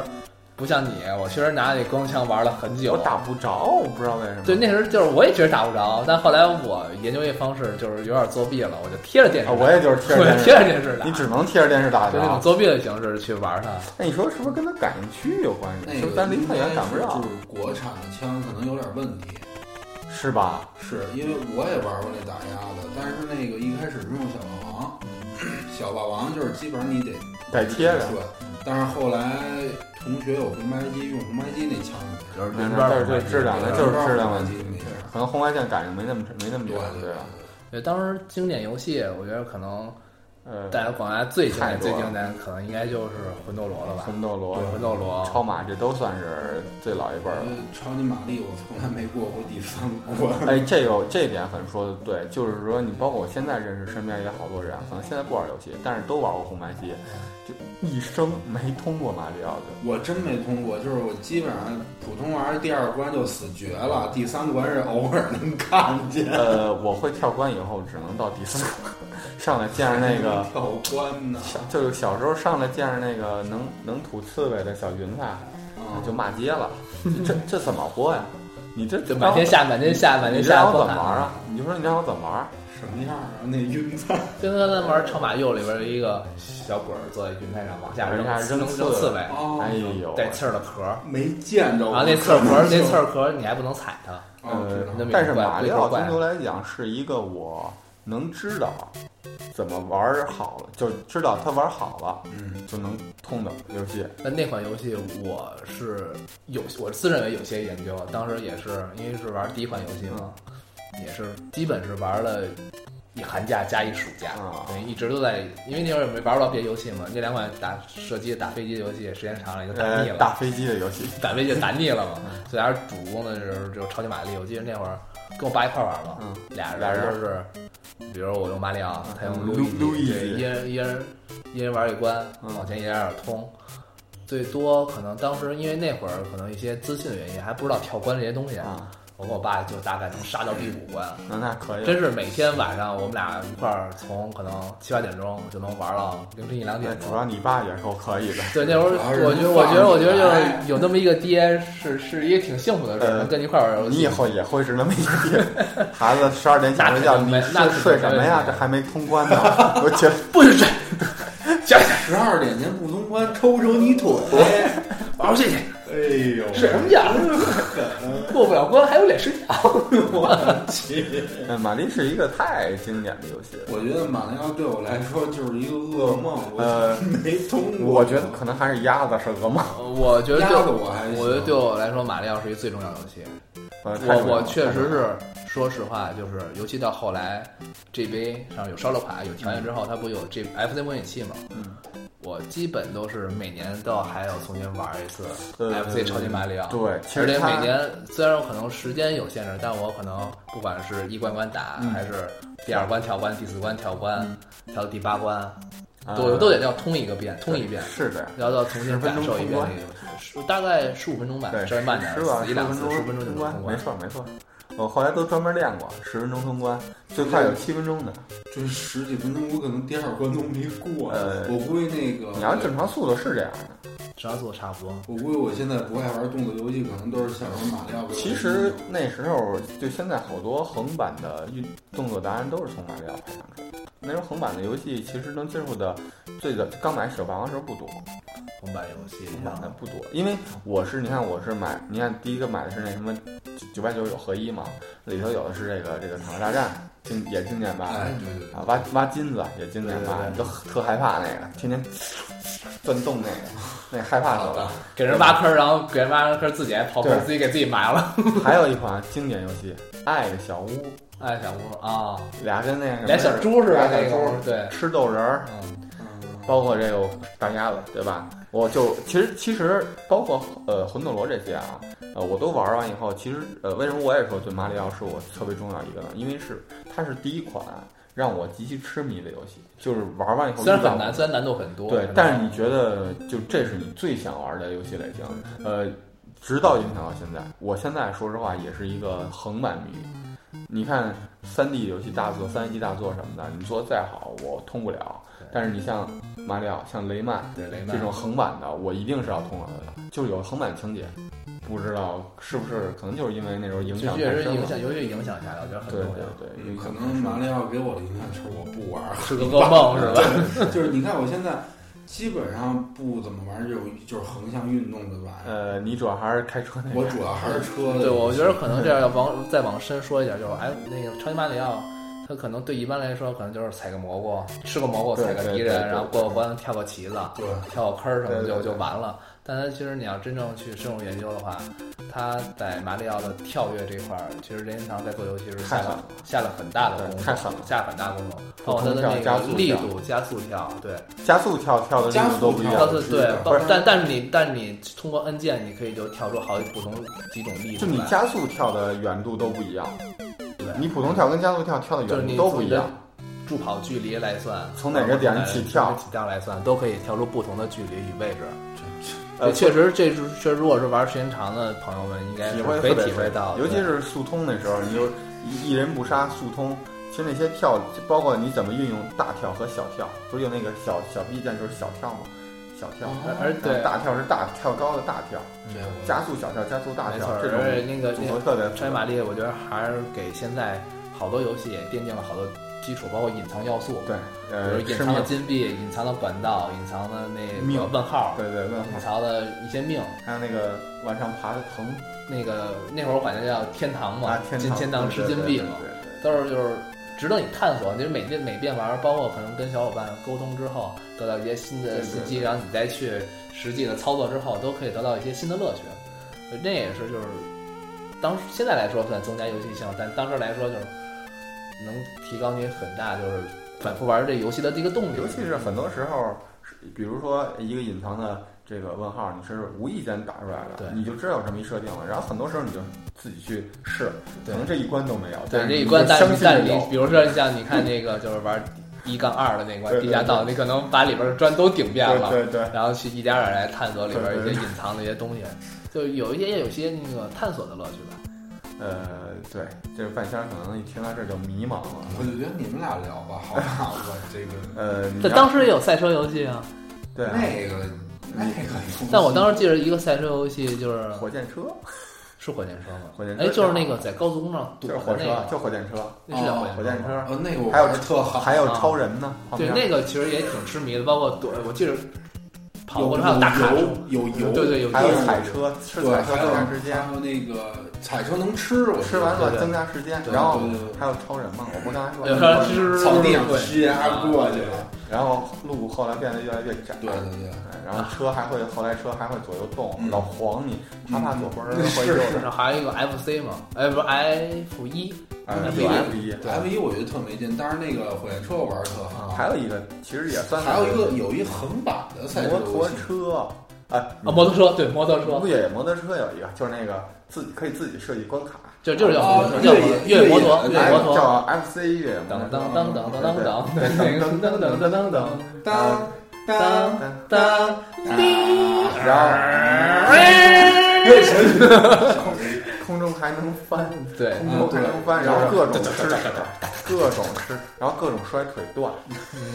Speaker 1: 不像你，我确实拿那光枪玩了很久，
Speaker 2: 我打不着，我不知道为什么。
Speaker 1: 对，那时候就是我也觉得打不着，但后来我研究一方式，就是有点作弊了，我就贴着电视
Speaker 2: 啊，
Speaker 1: 打，
Speaker 2: 我也就是贴
Speaker 1: 我
Speaker 2: 着
Speaker 1: 就
Speaker 2: 电
Speaker 1: 贴着电
Speaker 2: 视，
Speaker 1: 视打，
Speaker 2: 你只能贴着电视打
Speaker 1: 就那种
Speaker 2: 着。啊
Speaker 1: 作弊的形式去玩它。
Speaker 2: 那你说是不是跟它感应区有关系？
Speaker 3: 那
Speaker 2: 嗯是不
Speaker 3: 个
Speaker 2: 是咱离太远赶不上
Speaker 3: 就？是国产的枪可能有点问题，
Speaker 2: 是吧？
Speaker 3: 是因为我也玩过那打压的，但是那个一开始用小霸王，小霸王就是基本上你得
Speaker 2: 得贴着
Speaker 3: 对，但是后来同学有红白机，用红白机那枪就
Speaker 1: 就是是
Speaker 2: 那
Speaker 1: 零
Speaker 2: 那
Speaker 1: 边
Speaker 2: 是对质量，那就是质量问
Speaker 3: 问
Speaker 2: 题。
Speaker 3: 题没事儿。
Speaker 2: 可能红外线感应没那么没那么
Speaker 3: 对
Speaker 2: 远，
Speaker 3: 对
Speaker 2: 吧？
Speaker 1: 对，当时经典游戏，我觉得可能
Speaker 2: 呃，
Speaker 1: 带来广大最经
Speaker 2: 太
Speaker 1: 典、
Speaker 2: 多
Speaker 1: 最
Speaker 2: 了
Speaker 1: 经典，可能应该就是魂斗罗了吧？
Speaker 2: 魂斗嗯罗、
Speaker 1: 魂斗罗，
Speaker 2: 超马这都算是最老一辈儿
Speaker 3: 因
Speaker 2: 了。
Speaker 3: 为超级玛丽我从来没过过第三关。
Speaker 2: 哎，这个这点很说的对，就是说你包括我现在认识身边也好多人，啊可能现在不玩游戏，但是都玩过红白机，就一生没通过马里奥的。
Speaker 3: 我真没通过，就是我基本上普通玩意儿第二关就死绝了，第三关是偶尔能看见。
Speaker 2: 呃，我会跳关以后只能到第四关，上来见着那个。
Speaker 3: 跳关呢，
Speaker 2: 小就是小时候上来见着那个能能吐刺猬的小云彩，
Speaker 3: 啊
Speaker 2: 就骂街了。这这怎么活呀？你这
Speaker 1: 就满天下满天下满
Speaker 2: 你
Speaker 1: 天下
Speaker 2: 让我
Speaker 1: 光
Speaker 2: 怎
Speaker 1: 盘
Speaker 2: 么玩？啊？你就说你让我怎么玩儿？
Speaker 3: 什么样啊？那晕菜，
Speaker 1: 就跟咱玩超马右里边有一个小鬼儿坐在云台上往下扔
Speaker 2: 往下扔
Speaker 1: 扔
Speaker 2: 刺猬
Speaker 1: 刺猬，
Speaker 3: 哦
Speaker 2: 哎呦，
Speaker 1: 带刺儿的壳儿，
Speaker 3: 没见着
Speaker 1: 然
Speaker 3: 过。
Speaker 1: 后
Speaker 2: 啊
Speaker 1: 那刺儿壳儿那刺儿壳儿你还不能踩它。
Speaker 3: 哦，知
Speaker 2: 呃
Speaker 3: 道
Speaker 1: 那么一个
Speaker 2: 但是
Speaker 1: 怪
Speaker 2: 马里
Speaker 1: 一
Speaker 2: 奥
Speaker 1: 个怪
Speaker 2: 单独来讲是一个我能知道怎么玩儿好了，就知道他玩儿好了
Speaker 3: 嗯
Speaker 2: 就能通的游戏。
Speaker 1: 但那款游戏我是有，我自认为有些研究，当时也是因为是玩第一款游戏嘛，也是基本是玩了一寒假加一暑假，
Speaker 2: 啊
Speaker 1: 等于一直都在，因为那会儿也没玩不到别的游戏嘛，那两款打射击、打飞机的游戏时间长了也就打腻
Speaker 2: 呃，
Speaker 1: 了，
Speaker 2: 打嗯飞机的游戏，
Speaker 1: 打飞机就打腻了嘛，所以还是主攻的就是就是超级玛丽，我记得那会儿跟我爸一块玩嘛，
Speaker 2: 嗯，
Speaker 1: 俩
Speaker 2: 俩
Speaker 1: 人
Speaker 2: 人
Speaker 1: 都是，比如我用马里奥，他用
Speaker 2: 嗯
Speaker 1: 路
Speaker 2: 路路易
Speaker 1: 对
Speaker 2: 斯
Speaker 1: 一人一人一人玩一关，
Speaker 2: 嗯
Speaker 1: 往前一点点通。最多可能当时因为那会儿可能一些资讯原因还不知道跳关这些东西，
Speaker 2: 啊，
Speaker 1: 我跟我爸就大概能杀到第五关，
Speaker 2: 那那可以了。
Speaker 1: 真是每天晚上我们俩一块儿从可能七八点钟就能玩到凌晨一两点
Speaker 2: 主
Speaker 1: 钟。
Speaker 2: 要你爸也够可以的，
Speaker 1: 对，那会儿
Speaker 3: 主
Speaker 1: 我
Speaker 3: 要是
Speaker 1: 觉得，
Speaker 3: 能
Speaker 1: 我觉得，
Speaker 3: 放
Speaker 1: 我觉得
Speaker 3: 起来
Speaker 1: 就是有那么一个爹是是一个挺幸福的事，
Speaker 2: 呃
Speaker 1: 能嗯跟你一块儿玩游戏。
Speaker 2: 你以后也会是那么一个人孩子十二点前睡觉，
Speaker 1: 那肯定
Speaker 2: 你
Speaker 1: 没那
Speaker 2: 睡
Speaker 1: 肯定
Speaker 2: 睡什么
Speaker 1: 没问
Speaker 2: 呀？
Speaker 1: 题
Speaker 2: 这还没通 关呢，我觉得
Speaker 1: 不许 睡，想想
Speaker 3: 十二点前不通关，抽抽你 腿。
Speaker 1: 玩游戏去。
Speaker 3: 哎呦，
Speaker 1: 睡什么觉？ 过不了关还有脸睡觉？
Speaker 3: 我去！
Speaker 2: 呃玛丽是一个太经典的游戏了。
Speaker 3: 我觉得马里奥对我来说就是一个噩梦，我
Speaker 2: 呃，
Speaker 3: 没通过。
Speaker 2: 我觉得可能还是鸭子是噩梦。
Speaker 1: 呃我觉得
Speaker 3: 压
Speaker 1: 对
Speaker 3: 得我还行
Speaker 1: 我觉得对我来说，马里奥是一最重要的游戏。
Speaker 2: 呃
Speaker 1: 我
Speaker 2: 太重要
Speaker 1: 我
Speaker 2: 了
Speaker 1: 确
Speaker 2: 太重
Speaker 1: 实
Speaker 2: 要了
Speaker 1: 是，说实话，就是尤其到后来，GB 上有烧录卡、有条件之后，它不有这 FC 模拟器吗？
Speaker 2: 嗯
Speaker 1: 我基本都是每年都还要重新玩一次
Speaker 2: 呃
Speaker 1: FC 超级马里奥。
Speaker 2: 对，其
Speaker 1: 而
Speaker 2: 实
Speaker 1: 且
Speaker 2: 它
Speaker 1: 每年虽然我可能时间有限制，但我可能不管是一关关打，
Speaker 2: 嗯
Speaker 1: 还是第二关跳关、第四关跳关、跳到第八关，
Speaker 2: 呃
Speaker 1: 都都得要通一个遍，通一遍。
Speaker 2: 是这样。
Speaker 1: 要到重新感受一遍
Speaker 2: 10分钟通关
Speaker 1: 那个是，大概十五分钟吧，
Speaker 2: 对，
Speaker 1: 稍微慢点儿，
Speaker 2: 十吧，
Speaker 1: 死一
Speaker 2: 十
Speaker 1: 两
Speaker 2: 分
Speaker 1: 次，
Speaker 2: 钟
Speaker 1: 哎十分钟就能
Speaker 2: 通关
Speaker 1: 通，
Speaker 2: 没
Speaker 1: 关。
Speaker 2: 错没错。我后来都专门练过，十分钟通关，最快有七分钟的。
Speaker 1: 嗯
Speaker 3: 这十几分钟，我可能第二关都没过。
Speaker 2: 呃
Speaker 3: 我估计那个
Speaker 2: 你要正常速度是这样的。
Speaker 1: 只要做差不多，
Speaker 3: 我估计我现在不爱玩动作游戏，可能都是小时候马里奥给我。
Speaker 2: 其实那时候就现在好多横版的运动作答案都是从马里奥培养出来的。那时候横版的游戏其实能接触的最早刚买手霸王的时候不多，
Speaker 1: 红白游戏
Speaker 2: 横版的
Speaker 1: 像
Speaker 2: 不多，因为我是你看我是买，你看第一个买的是那什么九九百九有合一嘛，里头有的是这个这个坦克大战，经也经典吧。
Speaker 3: 哎，对对对，
Speaker 2: 啊，挖挖金子也经典
Speaker 1: 对
Speaker 2: 吧，
Speaker 1: 对对
Speaker 2: 你都特害怕那个，天天钻洞那个，那害怕死了。
Speaker 1: 给人挖坑，然后给人挖坑，自己还刨坑，
Speaker 2: 对
Speaker 1: 自己给自己埋了。
Speaker 2: 还有一款经典游戏《爱的小屋》，
Speaker 1: 哎，小屋啊，
Speaker 2: 俩跟那个
Speaker 1: 俩小猪似的
Speaker 2: 俩
Speaker 1: 那
Speaker 2: 小
Speaker 1: 个，
Speaker 2: 猪
Speaker 1: 对，
Speaker 2: 吃豆人儿，
Speaker 1: 嗯，
Speaker 3: 嗯
Speaker 2: 包括这个大鸭子，对吧？我就其实其实包括呃魂斗罗这些啊，呃我都玩完以后，其实呃为什么我也说对马里奥是我特别重要一个呢？因为是它是第一款让我极其痴迷的游戏，就是玩完以后
Speaker 1: 虽然
Speaker 2: 遇到
Speaker 1: 很难，虽然难度很多，
Speaker 2: 对
Speaker 1: 吧，
Speaker 2: 但是你觉得就这是你最想玩的游戏类型？呃，直到影响到现在，我现在说实话也是一个横版迷。你看三 D 游戏大作、三 A 级大作什么的，你做的再好，我通不了
Speaker 1: 对。
Speaker 2: 但是你像马里奥、像雷曼
Speaker 1: 对雷
Speaker 2: 这
Speaker 1: 曼
Speaker 2: 种横版的，我一定是要通了它的，就是有横版情节。不知道是不是，可能就是因为那时候影
Speaker 1: 就
Speaker 2: 响
Speaker 1: 确
Speaker 2: 太
Speaker 1: 实
Speaker 2: 深
Speaker 1: 影
Speaker 2: 了。
Speaker 1: 响，尤其影响下来，我觉得很
Speaker 2: 对
Speaker 1: 重
Speaker 2: 对
Speaker 1: 要，
Speaker 2: 对，
Speaker 3: 嗯
Speaker 2: 影响
Speaker 3: 可
Speaker 2: 太
Speaker 3: 能
Speaker 2: 深
Speaker 3: 马
Speaker 2: 了
Speaker 3: 里奥给我的影响就是我不玩儿，
Speaker 1: 是个噩 梦是吧？
Speaker 3: 就是你看我现在基本上不怎么玩这种就是横向运动的吧。
Speaker 2: 呃，你主要还是开车那
Speaker 3: 我
Speaker 2: 个，
Speaker 3: 主要还是车的。
Speaker 1: 对，我觉得可能这样要往再往深说一点，就是哎，那个超级马里奥，它可能对一般来说，可能就是采个蘑菇，吃个蘑菇，
Speaker 2: 对
Speaker 1: 踩个
Speaker 2: 对
Speaker 1: 敌
Speaker 2: 对对
Speaker 1: 人，然后过个关，跳个旗子，
Speaker 3: 对，
Speaker 1: 跳个坑儿什么
Speaker 2: 对对
Speaker 1: 就
Speaker 2: 对
Speaker 1: 就完了。但它其实你要真正去深入研究的话，它在马里奥的跳跃这块儿，其实任天堂在做游戏时下
Speaker 2: 太狠
Speaker 1: 了
Speaker 2: 了
Speaker 1: 下了很大的
Speaker 2: 对
Speaker 1: 功夫，
Speaker 2: 太狠了
Speaker 1: 下了很大功夫，包括它的
Speaker 2: 跳
Speaker 1: 那
Speaker 2: 加
Speaker 1: 个
Speaker 2: 速
Speaker 1: 力
Speaker 2: 跳
Speaker 1: 度、加速跳，对，
Speaker 2: 加速跳跳的力
Speaker 3: 加
Speaker 2: 度
Speaker 3: 速
Speaker 2: 都不一
Speaker 3: 跳
Speaker 2: 样
Speaker 1: 到。是
Speaker 3: 是
Speaker 1: 对
Speaker 3: 的，
Speaker 1: 包
Speaker 2: 不是
Speaker 1: 但但是你但你通过按键，你可以就跳出好几不同几种力
Speaker 2: 就
Speaker 1: 度
Speaker 2: 你
Speaker 1: 来。
Speaker 2: 加速跳的远度都不一样，
Speaker 1: 对
Speaker 2: 你普通跳跟加速跳跳的
Speaker 1: 就是
Speaker 2: 远
Speaker 1: 你
Speaker 2: 度都不一样。
Speaker 1: 助跑距离来算，呃
Speaker 2: 从哪个点起
Speaker 1: 从
Speaker 2: 跳
Speaker 1: 哪个起跳来算，都可以跳出不同的距离与位置。
Speaker 2: 呃
Speaker 1: 对确实，这是确实，如果是玩时间长的朋友们，应该
Speaker 2: 体
Speaker 1: 是
Speaker 2: 会
Speaker 1: 可以
Speaker 2: 特别
Speaker 1: 体会
Speaker 2: 深
Speaker 1: 到，
Speaker 2: 尤其
Speaker 1: 对
Speaker 2: 是速通的时候，你就一一人不杀速通。其实那些跳，包括你怎么运用大跳和小跳，不是有那个小小 B 键就是小跳吗？小跳，
Speaker 1: 哦
Speaker 2: 呃
Speaker 1: 而而对
Speaker 2: 大跳是大跳高的大跳，
Speaker 3: 这
Speaker 1: 嗯
Speaker 3: 我
Speaker 2: 加速小跳加速大
Speaker 1: 没
Speaker 2: 跳
Speaker 1: 错，
Speaker 2: 这
Speaker 1: 而且
Speaker 2: 种
Speaker 1: 那个
Speaker 2: 组
Speaker 1: 那
Speaker 2: 合
Speaker 1: 个
Speaker 2: 特别复杂
Speaker 1: 超级玛丽，我觉得还是给现在好多游戏也奠定了好多基础，包括隐藏要素，
Speaker 2: 对，
Speaker 1: 比如
Speaker 2: 呃，
Speaker 1: 隐
Speaker 2: 吃
Speaker 1: 藏的
Speaker 2: 面，
Speaker 1: 金币、隐藏的管道、隐藏的那个
Speaker 2: 命
Speaker 1: 问号、
Speaker 2: 对对，问
Speaker 1: 隐
Speaker 2: 号，
Speaker 1: 藏的一些命。
Speaker 2: 还有那个往上爬的藤
Speaker 1: 那个那会儿管它叫天堂嘛
Speaker 2: 啊，，天
Speaker 1: 进
Speaker 2: 堂，
Speaker 1: 天堂
Speaker 2: 对
Speaker 1: 吃
Speaker 2: 对
Speaker 1: 金
Speaker 2: 对
Speaker 1: 币
Speaker 2: 对
Speaker 1: 嘛，
Speaker 2: 对对
Speaker 1: 都是就是值得你探索。就是每遍每遍玩，包括可能跟小伙伴沟通之后，得到一些新的
Speaker 3: 对对
Speaker 1: 信息，
Speaker 3: 对
Speaker 1: 然后你再去实际的操作之后，都可以得到一些新的乐趣。呃那也是就是当时现在来说算增加游戏性，但当时来说就是能提高你很大就是反复玩这游戏的这个动力。
Speaker 2: 尤其是很多时候，是比如说一个隐藏的这个问号，你是无意间打出来的
Speaker 1: 对，
Speaker 2: 你就知道有这么一设定了。然后很多时候你就自己去试，可
Speaker 1: 对
Speaker 2: 能这一关都没有，
Speaker 1: 对
Speaker 2: 但
Speaker 1: 这
Speaker 2: 是
Speaker 1: 一关，
Speaker 2: 你就
Speaker 1: 但
Speaker 2: 嗯相
Speaker 1: 是但
Speaker 2: 信
Speaker 1: 是
Speaker 2: 有
Speaker 1: 你比如说像你看那个就是玩一杠二的那关
Speaker 2: 对对
Speaker 1: 地下道，你可能把里边的砖都顶遍了，
Speaker 2: 对对对，
Speaker 1: 然后去一点点来探索里边一些
Speaker 2: 对对
Speaker 1: 隐藏的一些东西，就有一些也有一些那个探索的乐趣吧。
Speaker 2: 呃，对，这个半仙儿可能一听到这儿就迷茫了。
Speaker 3: 我就
Speaker 1: 嗯
Speaker 3: 觉得你们俩聊吧，好吧，我这个
Speaker 2: 呃，你
Speaker 1: 这
Speaker 2: 要
Speaker 1: 当时也有赛车游戏啊，
Speaker 2: 对啊
Speaker 3: 那个那个东西，
Speaker 1: 但我当时记得一个赛车游戏就是
Speaker 2: 火箭车嗯
Speaker 1: 是火箭车吗？
Speaker 2: 火箭车
Speaker 1: 哎，就是那个在高速公路上
Speaker 2: 就
Speaker 1: 躲的
Speaker 2: 是火
Speaker 1: 那
Speaker 2: 车，
Speaker 1: 个，
Speaker 2: 就火箭车，
Speaker 1: 那是叫
Speaker 3: 哦
Speaker 1: 火
Speaker 2: 火
Speaker 1: 箭
Speaker 2: 箭
Speaker 1: 车吗。
Speaker 2: 车，
Speaker 3: 呃那个我
Speaker 2: 还有
Speaker 3: 玩得特好，
Speaker 2: 还有超人呢，旁
Speaker 1: 啊对，
Speaker 2: 边
Speaker 1: 那个其实也挺痴迷的，包括躲，我记得跑
Speaker 3: 有
Speaker 1: 过还有大卡车，
Speaker 3: 有油，
Speaker 1: 对对有
Speaker 2: 还有
Speaker 3: 电
Speaker 2: 踩车，是
Speaker 3: 对，
Speaker 2: 踩车
Speaker 3: 还
Speaker 2: 多
Speaker 3: 有
Speaker 2: 长时间？
Speaker 3: 还有那个踩车能吃，我
Speaker 2: 吃完
Speaker 1: 对
Speaker 2: 了
Speaker 1: 对
Speaker 2: 增加时间，
Speaker 1: 对
Speaker 2: 然后
Speaker 3: 对对对
Speaker 2: 还有超人嘛，我不刚才说
Speaker 1: 有
Speaker 2: 了
Speaker 1: 时候
Speaker 2: 吗，
Speaker 1: 是
Speaker 3: 草地上削过去了，
Speaker 2: 然后路后来变得越来越窄，
Speaker 3: 对对对，
Speaker 2: 哎然后车还会后来车还会左右动，
Speaker 3: 嗯
Speaker 2: 老晃你，他怕左边儿
Speaker 3: 嗯
Speaker 2: 会
Speaker 3: 是
Speaker 2: 右
Speaker 3: 是
Speaker 1: 然后还有一个 FC 嘛，哎，不是 F 啊一，
Speaker 2: 哎
Speaker 3: 嗯
Speaker 2: 对 F 一，
Speaker 1: 对
Speaker 3: F 一我觉得特没劲，但是那个火箭车我玩儿特好，
Speaker 2: 还有一个其实也算是
Speaker 3: 还有一个有一横版的赛车
Speaker 2: 摩
Speaker 3: 游
Speaker 2: 托
Speaker 3: 戏，
Speaker 2: 车，哎，
Speaker 1: 啊，摩托车，对，摩托
Speaker 2: 车
Speaker 1: 车，
Speaker 2: 越野摩托车有一个，就是那个自己可以自己设计关卡，
Speaker 1: 就就是叫
Speaker 3: 哦
Speaker 1: 摩托叫
Speaker 3: 越野
Speaker 1: 越野摩托，
Speaker 3: 越
Speaker 1: 越
Speaker 3: 野
Speaker 1: 野摩托，
Speaker 2: 哎叫 FC 越野摩
Speaker 1: 噔
Speaker 2: 托
Speaker 1: 噔噔噔噔噔噔噔噔噔噔噔噔
Speaker 3: 当当
Speaker 1: 当
Speaker 2: 车，
Speaker 1: 噔，
Speaker 3: 当，
Speaker 2: 然
Speaker 1: 哎
Speaker 2: 后空中还能翻，
Speaker 1: 对，
Speaker 2: 空中还能翻，然后各种 吃屎，各种吃，然后各种摔腿断，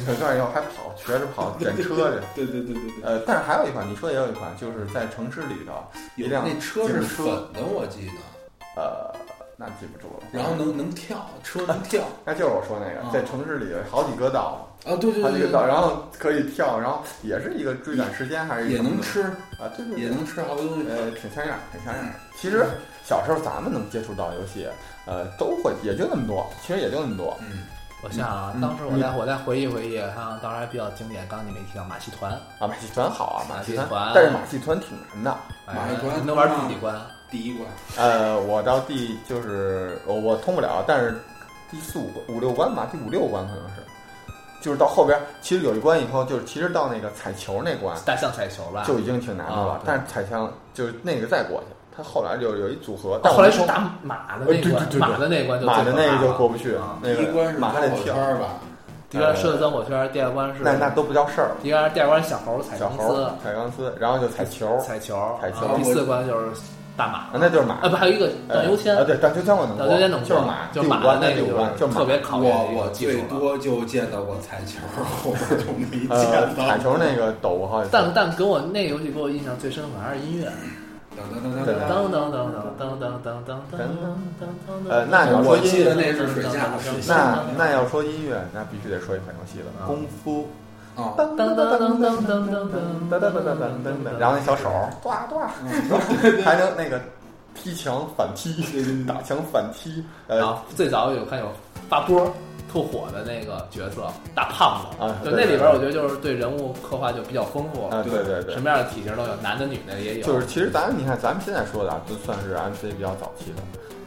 Speaker 2: 腿断以后还跑，学着跑卷车去。
Speaker 3: 对对对对对，
Speaker 2: 呃，但是还有一款，你说也有一款，就是在城市里头，一
Speaker 3: 有
Speaker 2: 辆
Speaker 3: 那车是
Speaker 2: 警
Speaker 3: 粉
Speaker 2: 车，
Speaker 3: 的，我记得，
Speaker 2: 呃，那记不住了。
Speaker 3: 然后能能跳，车能跳，
Speaker 2: 那就是我说那个，在城市里好几个岛，
Speaker 3: 啊对对
Speaker 2: 好几
Speaker 3: 对
Speaker 2: 个岛，
Speaker 3: 对，
Speaker 2: 然后可以跳，然后也是一个追赶时间，还是一
Speaker 3: 也
Speaker 2: 个什
Speaker 3: 能
Speaker 2: 么
Speaker 3: 吃，
Speaker 2: 的啊，对对对，
Speaker 3: 也能吃好多东西，
Speaker 2: 呃，挺像样，挺像样。其实小时候咱们能接触到游戏，呃，都会也就那么多，其实也就那么多。
Speaker 3: 嗯，
Speaker 1: 我想啊，
Speaker 2: 嗯
Speaker 1: 当时我再我再回忆回忆，哈，当时还比较经典，刚刚你没提到马戏团，
Speaker 2: 啊，马戏团好啊，马戏团，
Speaker 1: 马戏团
Speaker 2: 但是马戏团挺难的。
Speaker 1: 哎
Speaker 3: 马戏团
Speaker 1: 能玩
Speaker 2: 啊
Speaker 1: 第几关？
Speaker 3: 第一关，
Speaker 2: 呃，我到第就是我我通不了，但是第四五五六关吧，第五六关可能是，就是到后边儿其实有一关以后，就是其实到那个彩球那关
Speaker 1: 大象彩球吧？
Speaker 2: 就已经挺难的了，
Speaker 1: 啊对
Speaker 2: 但是彩枪就是那个再过去，它后来有有一组合，但
Speaker 1: 啊后来
Speaker 2: 我
Speaker 1: 是
Speaker 2: 没通
Speaker 1: 打马的那
Speaker 2: 呃对对
Speaker 1: 关，
Speaker 2: 对对
Speaker 1: 马的那关就
Speaker 2: 马的那个就过
Speaker 1: 不。
Speaker 2: 不去
Speaker 1: 啊，
Speaker 2: 那
Speaker 3: 第一关
Speaker 2: 个
Speaker 3: 是
Speaker 2: 马还得
Speaker 3: 小火圈
Speaker 2: 跳，
Speaker 3: 儿吧，
Speaker 1: 第一关是钻火圈，第二关是
Speaker 2: 那那都不叫事儿。
Speaker 1: 第二第二关是小猴踩
Speaker 2: 小
Speaker 1: 钢
Speaker 2: 猴
Speaker 1: 丝
Speaker 2: 儿、踩钢丝，然后就踩球儿，
Speaker 1: 彩球，
Speaker 2: 彩球
Speaker 1: 啊第四关就是大马
Speaker 2: 啊，那就是马
Speaker 1: 啊，不还有一个荡秋千
Speaker 2: 啊，，对，荡秋千我能过，
Speaker 1: 荡秋千能
Speaker 2: 就是
Speaker 1: 过
Speaker 2: 马，
Speaker 1: 就
Speaker 2: 第五
Speaker 1: 马
Speaker 2: 关
Speaker 1: 那
Speaker 2: 第
Speaker 1: 个
Speaker 2: 五关
Speaker 1: 就
Speaker 2: 就是是
Speaker 1: 特别
Speaker 2: 马
Speaker 1: 考验
Speaker 3: 我
Speaker 1: 这
Speaker 3: 我
Speaker 1: 个技
Speaker 3: 最
Speaker 1: 术了。
Speaker 3: 多就见到过彩球， 后边就没
Speaker 2: 呃
Speaker 3: 见，到。
Speaker 2: 彩球那个抖我好几次，
Speaker 1: 但但给我那个游戏给我印象最深刻还是音乐，
Speaker 3: 噔噔噔
Speaker 2: 对
Speaker 1: 噔
Speaker 3: 噔
Speaker 1: 噔噔噔噔噔噔噔噔噔噔。
Speaker 2: 呃，那你要说
Speaker 3: 我记
Speaker 2: 音
Speaker 3: 得
Speaker 2: 乐，
Speaker 3: 那是水下水下
Speaker 2: 那那要说音乐，那必须得说一款游戏了，
Speaker 1: 啊
Speaker 2: 功夫，
Speaker 3: 噔啊！
Speaker 2: 噔
Speaker 1: 噔
Speaker 2: 噔
Speaker 1: 噔噔噔
Speaker 2: 噔噔噔
Speaker 1: 噔噔噔噔噔噔
Speaker 2: 噔噔噔噔噔
Speaker 1: 噔
Speaker 2: 噔
Speaker 1: 噔，
Speaker 2: 噔，然后那小手儿，哇哇，还能那个踢墙反踢，打墙反踢，
Speaker 1: 然
Speaker 2: 呃，
Speaker 1: 后最早有看有发波儿特火的那个角色大胖子，
Speaker 2: 啊
Speaker 1: 就
Speaker 2: 对
Speaker 1: 那里边
Speaker 2: 对
Speaker 1: 儿我觉得就是对人物刻画就比较丰富，
Speaker 2: 啊，对对对
Speaker 1: 什。么样的体型都有，男的女的也有，
Speaker 2: 就是其实咱们你看，咱们现在说的啊，就算是 MC 比较早期的。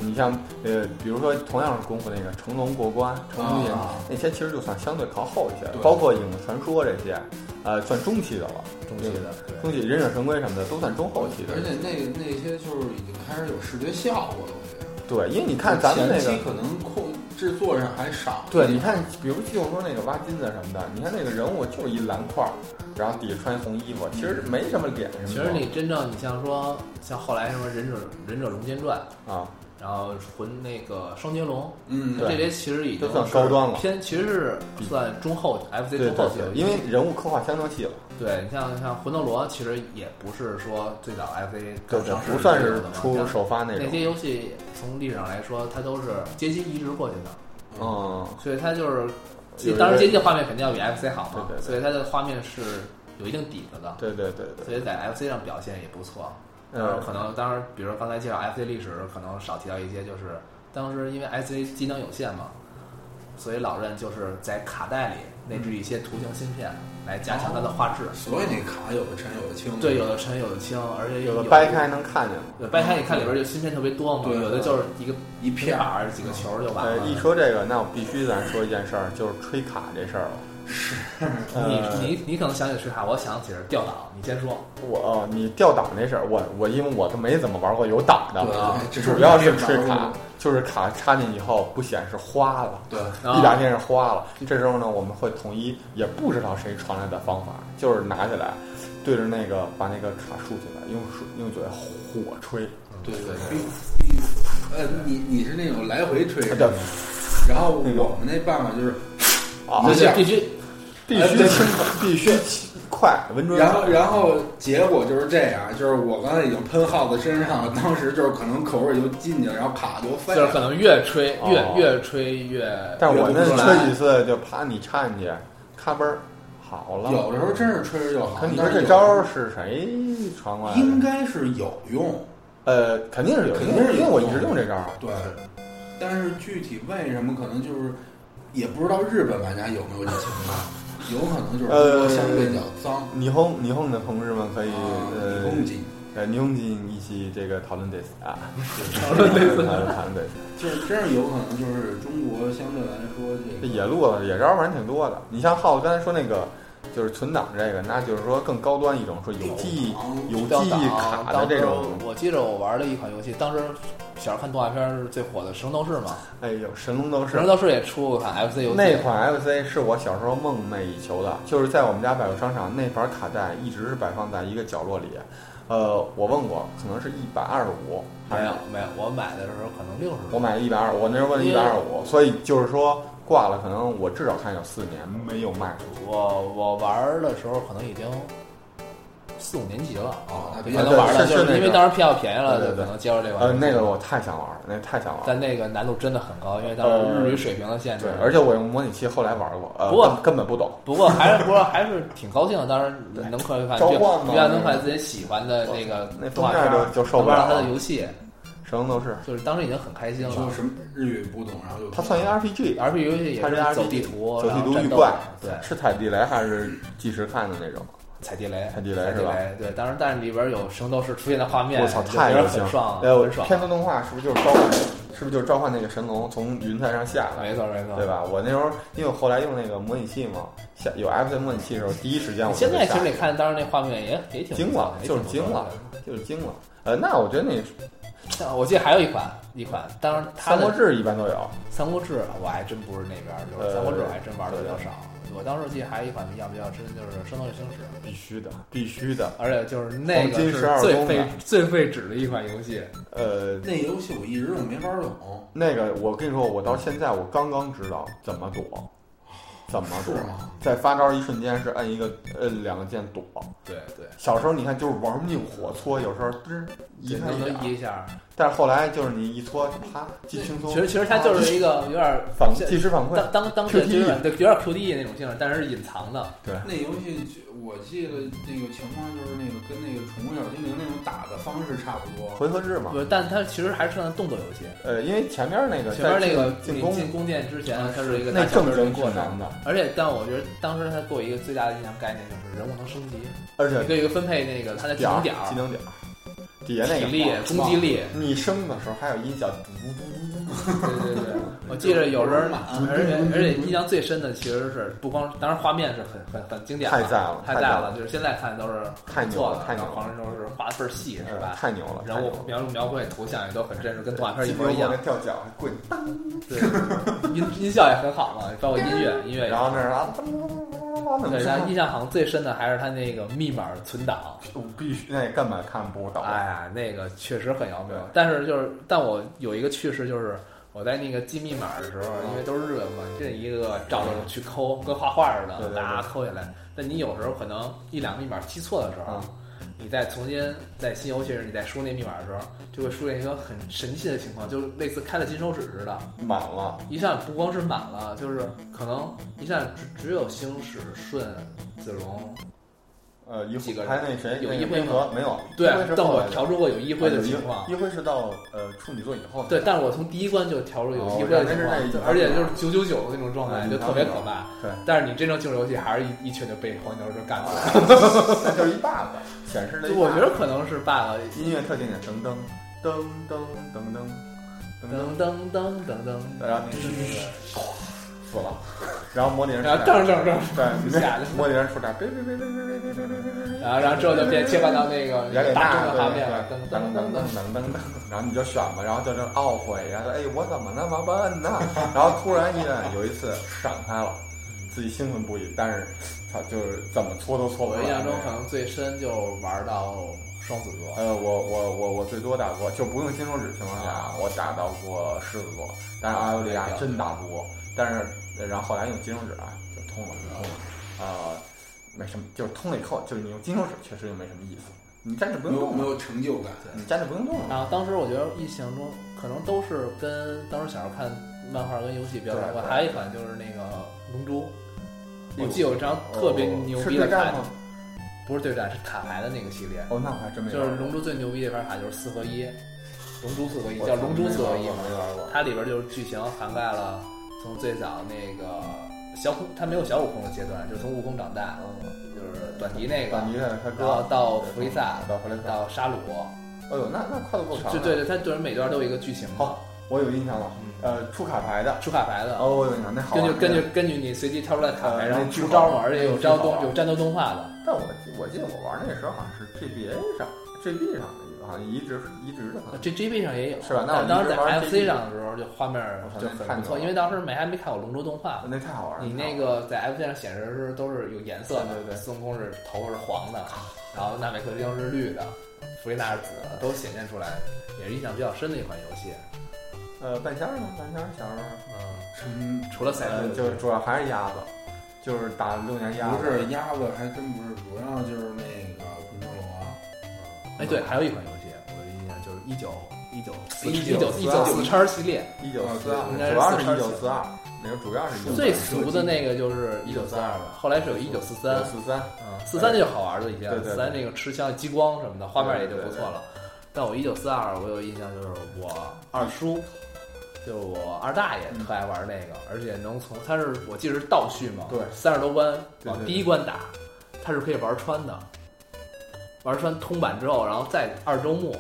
Speaker 2: 你像呃，比如说同样是功夫那个成龙过关、成龙赢、
Speaker 3: 啊
Speaker 2: 那些，其实就算相对靠后一些
Speaker 3: 对，
Speaker 2: 包括影子传说这些，呃，算中期的了。
Speaker 1: 中期的，对
Speaker 2: 中期忍者神龟什么的都算中后期的
Speaker 3: 而。且那个那些就是已经开始有视觉效果了，我觉得。
Speaker 2: 对，因为你看咱们那
Speaker 3: 前
Speaker 2: 个
Speaker 3: 期，可能控制作上还少。
Speaker 2: 对，你看，比如就说那个挖金子什么的，你看那个人物就是一蓝块儿，然后底下穿一红衣服，其实没什么脸什么的。
Speaker 1: 其实你真正你像说像后来什么忍者忍者龙剑传，
Speaker 2: 啊，
Speaker 1: 然后魂那个双截龙，
Speaker 3: 嗯，
Speaker 1: 这
Speaker 2: 对
Speaker 1: 些其实已经
Speaker 2: 都算
Speaker 1: 是
Speaker 2: 高端了
Speaker 1: 偏其实是算中后 FC
Speaker 2: 对对
Speaker 1: 中后期了
Speaker 2: 对，因为人物刻画相当细了，
Speaker 1: 对你像像魂斗罗其实也不是说最早 FC
Speaker 2: 对
Speaker 1: 刚
Speaker 2: 对
Speaker 1: 上，市
Speaker 2: 不
Speaker 1: 的
Speaker 2: 算
Speaker 1: 时
Speaker 2: 是
Speaker 1: 候的嘛
Speaker 2: 出
Speaker 1: 像
Speaker 2: 首发那
Speaker 1: 那
Speaker 2: 种。
Speaker 1: 些游戏从历史上来说，它都是街机移植过去的，
Speaker 2: 嗯，
Speaker 1: 所以它就是
Speaker 2: 有一，个
Speaker 1: 当然街机的画面肯定要比 FC 好嘛，
Speaker 2: 对对对
Speaker 1: 所以它的画面是有一定底子的，
Speaker 2: 对对对对。
Speaker 1: 所以在 FC 上表现也不错。
Speaker 2: 嗯
Speaker 1: 当然，可能当时，比如说刚才介绍 FC 历史，可能少提到一些，就是当时因为 FC 机能有限嘛，所以老任就是在卡带里内
Speaker 2: 嗯
Speaker 1: 置一些图形芯片来加强它的画
Speaker 2: 哦
Speaker 1: 质。
Speaker 3: 嗯所以那卡有的沉有的轻，
Speaker 1: 对，有的沉，有的轻，而且
Speaker 2: 有
Speaker 1: 有
Speaker 2: 的掰开能看见吗？
Speaker 1: 对，掰开你看里边就芯片特别多嘛，
Speaker 3: 对
Speaker 1: 有的就是一个
Speaker 3: 一片
Speaker 1: 板
Speaker 3: 儿
Speaker 1: 儿几个球儿就完
Speaker 2: 呃，
Speaker 1: 了。
Speaker 2: 一说这个，那我必须咱说一件事儿，就是吹卡这事儿了。呃是，
Speaker 1: 你你你可能想起是啥，我想起是吊档。你先说，
Speaker 2: 我哦，你吊档这事儿，我我因为我都没怎么玩过有档的
Speaker 3: 对
Speaker 2: 啊，
Speaker 3: 这
Speaker 2: 主
Speaker 3: 是
Speaker 2: 要是
Speaker 3: 没
Speaker 2: 吹
Speaker 3: 玩过
Speaker 2: 卡，就是卡插进以后不显示花了，
Speaker 3: 对，
Speaker 1: 啊
Speaker 2: 一打电视花了。这时候呢，我们会统一，也不知道谁传来的方法，就是拿起来，对着那个把那个卡竖起来，用水用嘴火吹，
Speaker 3: 对对
Speaker 1: 对
Speaker 3: 对，呃，你你是那种来回吹，
Speaker 2: 啊对，
Speaker 3: 然后
Speaker 2: 那种
Speaker 3: 我们那办法就是，
Speaker 2: 啊，
Speaker 3: 不是
Speaker 1: 必须
Speaker 2: 必须轻快，必须快，稳准
Speaker 3: 然后
Speaker 2: 狠
Speaker 3: 然后结果就是这样，就是我刚才已经喷耗子身上了，当时就是可能口味就进去了，然后卡就飞
Speaker 1: 就是可
Speaker 3: 了，
Speaker 1: 能越吹越、
Speaker 2: 哦
Speaker 1: 越吹越，
Speaker 2: 但我那
Speaker 3: 有的
Speaker 2: 吹几次就啪你插进去，咔嘣儿好了。
Speaker 3: 有的时候真是吹着就好
Speaker 2: 可，你说
Speaker 3: 但是
Speaker 2: 这
Speaker 3: 有
Speaker 2: 招儿是谁传过来
Speaker 3: 应
Speaker 2: 的？
Speaker 3: 该是有用，
Speaker 2: 呃，肯定是有，
Speaker 3: 肯定是有
Speaker 2: 因为我一直用这招儿。
Speaker 3: 对，但是具体为什么可能就是也不知道日本玩家有没有这情况，有可能就是中国相对比较脏，
Speaker 2: 霓虹霓虹的同志们可以
Speaker 3: 啊，
Speaker 2: 呃
Speaker 3: 攻击。
Speaker 2: 呃霓虹进一起这个讨论这次啊，
Speaker 1: 讨论这次
Speaker 2: 啊 讨论这次。
Speaker 3: 就是真是有可能，就是中国相对来说
Speaker 2: 这
Speaker 3: 这
Speaker 2: 野
Speaker 3: 个
Speaker 2: 路子野招儿反正挺多的。你像浩子刚才说那个，就是存档这个，那就是说更高端一种，说有记忆有
Speaker 1: 吊
Speaker 2: 记
Speaker 1: 档
Speaker 2: 忆卡的
Speaker 1: 当
Speaker 2: 这
Speaker 1: 时
Speaker 2: 种。
Speaker 1: 我记着我玩了一款游戏，当时小时候看动画片儿是最火的《神龙斗士》嘛，
Speaker 2: 哎呦，神龙斗
Speaker 1: 《
Speaker 2: 士
Speaker 1: 神龙斗士》也出过款 FC 游戏，
Speaker 2: 那款 FC 是我小时候梦寐以求的，就是在我们家百货商场那盘卡带一直是摆放在一个角落里。呃，我问过，可能是一百二十五，还
Speaker 1: 没
Speaker 2: 是
Speaker 1: 有没有，我买的时候可能六十
Speaker 2: 我
Speaker 1: 多，
Speaker 2: 买一百二，我那时候问一百二十五，所以就是说挂了，可能我至少看有四年没有卖出。
Speaker 1: 我我玩的时候可能已经四五年级了。
Speaker 3: 啊，那比
Speaker 1: 可
Speaker 2: 啊
Speaker 3: 较
Speaker 1: 能
Speaker 2: 对
Speaker 1: 玩了，
Speaker 2: 是
Speaker 1: 就是
Speaker 2: 那
Speaker 1: 因为
Speaker 2: 个
Speaker 1: 当时票便宜了，
Speaker 2: 对对
Speaker 1: 就
Speaker 2: 对
Speaker 1: 可能接受这款。
Speaker 2: 呃，那个我太想玩了，那个太想玩了。
Speaker 1: 但那个难度真的很高，因为当时日语水平的限制
Speaker 2: 呃对。，而且我用模拟器后来玩过，呃，
Speaker 1: 不过
Speaker 2: 根根本不懂。
Speaker 1: 不过还是不过还是挺高兴的，当时
Speaker 2: 对
Speaker 1: 能快快
Speaker 2: 召唤嘛
Speaker 1: 越能快自己喜欢的那个
Speaker 2: 那
Speaker 1: 动画
Speaker 2: 封面
Speaker 1: 片儿，
Speaker 2: 就就受不了
Speaker 1: 能玩他的
Speaker 2: 了
Speaker 1: 游戏，
Speaker 2: 神龙斗士，
Speaker 1: 就是当时已经很开心
Speaker 3: 你说
Speaker 1: 了。
Speaker 3: 什么日语不懂，然后就啊
Speaker 2: 它算一 RPG，
Speaker 1: RPG 游戏也
Speaker 2: 它是
Speaker 1: 是
Speaker 2: RPG
Speaker 1: 走地图，
Speaker 2: 走
Speaker 1: 然
Speaker 2: 地
Speaker 1: 后
Speaker 2: 图
Speaker 1: 战
Speaker 2: 遇
Speaker 1: 斗
Speaker 2: 怪，
Speaker 1: 对，
Speaker 2: 是踩地雷还是计时看的那种？
Speaker 1: 踩地雷，
Speaker 2: 踩地雷是吧
Speaker 1: 雷对，当时但是里边有圣斗士出现的画面，
Speaker 2: 我操，
Speaker 1: 就
Speaker 2: 太
Speaker 1: 觉得
Speaker 2: 恶心
Speaker 1: 很
Speaker 2: 了
Speaker 1: 爽！，
Speaker 2: 哎，我
Speaker 1: 啊很爽。
Speaker 2: 片头动画是不是就是召唤，是不是就是召唤那个神龙从云彩上下来，
Speaker 1: 没错没错，
Speaker 2: 对？吧？我那时候因为我后来用那个模拟器嘛，下有 FC 模拟器的时候，第一时间我就
Speaker 1: 现在
Speaker 2: 被
Speaker 1: 其
Speaker 2: 吓
Speaker 1: 实你看当时那画面也也挺
Speaker 2: 惊了，就是惊了。，就是惊了。呃，那我觉得那
Speaker 1: 也挺不错的我记得还有一款一款，当然它
Speaker 2: 三
Speaker 1: 的
Speaker 2: 国志一般都有，
Speaker 1: 三国志我还真不是那边儿，就是
Speaker 2: 呃
Speaker 1: 三国志我还真玩的比较少。我当时记得还有一款印象比较深，就是《圣斗士星矢》，
Speaker 2: 必须的，必须的。
Speaker 1: 而且就是那个
Speaker 2: 黄金
Speaker 1: 是
Speaker 2: 十二
Speaker 1: 最
Speaker 2: 宫
Speaker 1: 费
Speaker 2: 的
Speaker 1: 最费纸的一款游戏。
Speaker 2: 呃，
Speaker 3: 那游戏我一直都没玩懂，
Speaker 2: 那个我跟你说，我到现在我刚刚知道怎么躲，怎么
Speaker 3: 是
Speaker 2: 躲，
Speaker 1: 啊
Speaker 3: 吗？
Speaker 2: 在发招一瞬间是摁一个摁两个键躲。
Speaker 1: 对对，
Speaker 2: 小时候你看就是玩命火搓，有时候嘚一
Speaker 1: 对
Speaker 2: 看
Speaker 1: 能
Speaker 2: 一
Speaker 1: 能
Speaker 2: 眼
Speaker 1: 移一下。
Speaker 2: 但是后来就是你一搓，啪，既轻松，
Speaker 1: 其实其实它就是一个有点儿
Speaker 2: 反
Speaker 1: 像
Speaker 2: 即时反馈
Speaker 1: 当，当当
Speaker 2: QTE
Speaker 1: 对有点对有点儿 QTE 那种性质，但是是隐藏的。
Speaker 2: 啊
Speaker 3: 那游戏就我记得那个情况就是那个跟那个《宠物小精灵》那种打的方式差不多，
Speaker 2: 回合制嘛
Speaker 1: 不。是，但它其实还是算动作游戏。
Speaker 2: 呃，因为前面那个
Speaker 1: 前面那个
Speaker 2: 在进
Speaker 1: 你
Speaker 2: 攻啊
Speaker 1: 进弓箭之前，它是一个
Speaker 2: 那
Speaker 1: 大小
Speaker 2: 正
Speaker 1: 兵的
Speaker 2: 经
Speaker 1: 过
Speaker 2: 挺
Speaker 1: 程。
Speaker 2: 难的，
Speaker 1: 而且，但我觉得当时它给我一个最大的印象概念就是人物能升级，
Speaker 2: 而
Speaker 1: 你
Speaker 2: 且
Speaker 1: 可以分配那个它的技能点儿
Speaker 2: 技能点儿底下那
Speaker 1: 体
Speaker 2: 个
Speaker 1: 力、攻击力，
Speaker 2: 你升的时候还有音效，嘟嘟嘟嘟嘟。
Speaker 1: 对对对，我记着有时候，
Speaker 3: 满
Speaker 1: 而且而且印象最深的其实是不光，当然画面是很很很经典的，
Speaker 2: 太赞了
Speaker 1: 太
Speaker 2: 太赞
Speaker 1: 赞了，
Speaker 2: 了
Speaker 1: 就是现在看都是
Speaker 2: 太
Speaker 1: 不
Speaker 2: 牛
Speaker 1: 错
Speaker 2: 了
Speaker 1: 的，
Speaker 2: 太牛
Speaker 1: 然后
Speaker 2: 了
Speaker 1: 黄仁周是画的倍儿细，是
Speaker 2: 呃
Speaker 1: 吧？
Speaker 2: 太牛了，
Speaker 1: 人
Speaker 2: 太
Speaker 1: 物
Speaker 2: 牛
Speaker 1: 描
Speaker 2: 了
Speaker 1: 描绘图像也都很真实，跟动画片一模
Speaker 2: 进
Speaker 1: 一
Speaker 2: 攻
Speaker 1: 样
Speaker 2: 那。跳脚滚，
Speaker 1: 对，音音效也很好嘛，包括音乐，音乐也
Speaker 2: 然
Speaker 1: 好。
Speaker 2: 后那儿啊，噔噔噔噔噔
Speaker 1: 对，然后
Speaker 2: 噔
Speaker 1: 印象好像最深的还是他那个密码存档，
Speaker 2: 我必须 那根本看不懂。
Speaker 1: 哎呀，那个确实很妖妙
Speaker 2: 对。
Speaker 1: 但是就是，但我有一个趣事，就是我在那个记密码的时候，因为都是日文嘛，这一个个照着去抠，跟画画似
Speaker 2: 对
Speaker 1: 的，
Speaker 2: 对对
Speaker 1: 大家抠下来。但你有时候可能一两个密码记错的时候
Speaker 2: 啊，
Speaker 1: 你再重新在新游戏时你再输那密码的时候，就会出现一个很神奇的情况，就是类似开了金手指似的，
Speaker 2: 满了，
Speaker 1: 一下不光是满了，就是可能一下只只有星矢、顺、子龙、
Speaker 2: 呃，一
Speaker 1: 几个人
Speaker 2: 还有那谁，
Speaker 1: 有
Speaker 2: 那
Speaker 1: 一
Speaker 2: 个
Speaker 1: 辉
Speaker 2: 冰
Speaker 1: 吗
Speaker 2: 河没有，
Speaker 1: 对
Speaker 2: 一辉，是
Speaker 1: 但
Speaker 2: 后
Speaker 1: 我
Speaker 2: 来的
Speaker 1: 调出过有一
Speaker 2: 啊
Speaker 1: 辉的
Speaker 2: 有
Speaker 1: 情况
Speaker 2: 一，，一辉是到呃处女座以后才
Speaker 1: 对，但是我从第一关就调出有一辉的情
Speaker 2: 哦那是那
Speaker 1: 况，
Speaker 2: 一
Speaker 1: 而且就是啊九九九的那种状态，
Speaker 2: 嗯
Speaker 1: 就特别可怕。
Speaker 2: 对，
Speaker 1: 但是你真正进入游戏，还是一一拳就被黄牛就干死了。
Speaker 2: 那就是一 bug 显示的一
Speaker 1: 就
Speaker 2: bug。
Speaker 1: 我觉得可能是 bug，
Speaker 2: 音乐特性点噔噔噔噔噔噔噔噔，
Speaker 1: 噔噔噔噔噔，
Speaker 2: 然后那死了，然后摩点人
Speaker 1: 然后正正正，
Speaker 2: 对，
Speaker 1: 吓得
Speaker 2: 摩点人出来，别别别别别别别别别别别别，
Speaker 1: 然后然后之后就变切换到那个
Speaker 2: 雅典
Speaker 1: 大
Speaker 2: 娜
Speaker 1: 众的画面了，噔
Speaker 2: 对
Speaker 1: 噔
Speaker 2: 对对噔
Speaker 1: 噔噔
Speaker 2: 噔噔。噔噔噔，然后你就选吧，然后就这懊悔，然后说哎我怎么那么笨呢？然后突然一有一次闪开了，自己兴奋不已，但是操就是怎么搓都搓不
Speaker 1: 我
Speaker 2: 出
Speaker 1: 印象中可
Speaker 2: 来。
Speaker 1: 能最深就玩到双子座，
Speaker 2: 呃，我我我我最多打过，就不用金手指情况下，啊我打到过狮子座，但是阿尤利亚
Speaker 1: 哎
Speaker 2: 真打不过，但是呃然后后来用金手指啊就通了，就通了，啊、没什么，就是通了以后，就是你用金手指确实就没什么意思，你站着不
Speaker 3: 没
Speaker 2: 用
Speaker 3: 有
Speaker 2: 动啊
Speaker 3: 没
Speaker 2: 了，
Speaker 3: 有成就感。
Speaker 2: 你站着不用动了。啊
Speaker 1: 然后当时我觉得印象中可能都是跟当时小时候看漫画跟游戏比较相关，
Speaker 2: 对对
Speaker 1: 还有一款就是那个龙珠，
Speaker 2: 呦
Speaker 1: 我记得有一张特别牛逼的
Speaker 2: 哦是对
Speaker 1: 卡
Speaker 2: 战吗，？
Speaker 1: 不是对战是塔牌的那个系列，
Speaker 2: 哦，那我还真没
Speaker 1: 就是
Speaker 2: 玩过
Speaker 1: 龙珠最牛逼的一盘卡就是四合一，龙珠四合一
Speaker 2: 我
Speaker 1: 叫龙珠
Speaker 2: 没玩
Speaker 1: 四
Speaker 2: 过
Speaker 1: 合一嘛，
Speaker 2: 没玩过。
Speaker 1: 它里边就是剧情涵盖了从最早那个小悟，它没有小悟空的阶段，就是从悟空长大，
Speaker 2: 哦
Speaker 1: 就是短笛那个，
Speaker 2: 嗯短尼的他
Speaker 1: 然后
Speaker 2: 哥
Speaker 1: 到弗利萨，
Speaker 2: 到弗雷萨，
Speaker 1: 到沙鲁，
Speaker 2: 哎呦，那那跨度够长。
Speaker 1: 就对，对，它就是每段都有一个剧情嘛嗯
Speaker 2: 好，，我有印象了。呃，出卡牌的，
Speaker 1: 出卡牌的，
Speaker 2: 哦，我有印象，那好
Speaker 1: 根
Speaker 2: 玩。
Speaker 1: 据根据根据你随机挑出来的卡牌，
Speaker 2: 呃
Speaker 1: 然后
Speaker 2: 那巨
Speaker 1: 出招
Speaker 2: 好
Speaker 1: 嘛，
Speaker 2: 玩
Speaker 1: 而且有
Speaker 2: 那巨
Speaker 1: 招
Speaker 2: 好
Speaker 1: 动
Speaker 2: 玩
Speaker 1: 有战斗动画的，
Speaker 2: 但我记我记得我玩那时候好像是 GBA 上，GB 上的，好像移植移植的，
Speaker 1: 这 GB 上也有，
Speaker 2: 是吧那
Speaker 1: 但
Speaker 2: 我
Speaker 1: 当时
Speaker 2: 一直
Speaker 1: 在
Speaker 2: 玩
Speaker 1: FC
Speaker 2: GB
Speaker 1: 上的时候，就画面儿
Speaker 2: 我操
Speaker 1: 就
Speaker 2: 那
Speaker 1: 很
Speaker 2: 太
Speaker 1: 不错，
Speaker 2: 牛
Speaker 1: 因为当时没还没看过龙珠动画，
Speaker 2: 那太好玩了。
Speaker 1: 你那
Speaker 2: 个
Speaker 1: 个在 FC 上显示的时候都是有颜色的，
Speaker 2: 哦对对对
Speaker 1: 孙悟空是头是黄的，然后纳美克星是绿的，弗利纳是紫的，都显现出来，也是印象比较深的一款游戏。
Speaker 2: 呃，半仙儿呢？半仙儿小时
Speaker 1: 嗯，
Speaker 2: 候，
Speaker 3: 嗯，
Speaker 1: 除了赛
Speaker 2: 呃，
Speaker 1: 璐，
Speaker 2: 就是主要还是鸭子，就是打六年鸭子。
Speaker 3: 不是鸭子，还真不是，主要就是那个魂斗罗啊。
Speaker 1: 哎，对，还有一款游戏，我的印象就是一九一九一九
Speaker 2: 19
Speaker 1: 一九四叉系列，
Speaker 2: 一九四二，
Speaker 1: 应该是
Speaker 2: 主要是
Speaker 1: 42
Speaker 2: 一九四二，那时候主要是一
Speaker 1: 最俗的那个就是一九四二了，后来是有一九四三，
Speaker 2: 四三。
Speaker 1: 嗯，四三就好玩了一些
Speaker 2: 对，对对
Speaker 1: 四三那个吃香激光什么的，画面也就不错了。但我一九四二，我有印象就是我二叔，就是我二大爷特爱玩那个，而且能从他是我记得是倒叙嘛，
Speaker 2: 嗯对
Speaker 1: 三十多关
Speaker 2: 对
Speaker 1: 往
Speaker 2: 对
Speaker 1: 第一关打，他是可以玩穿的，玩穿通版之后，然后再二周目，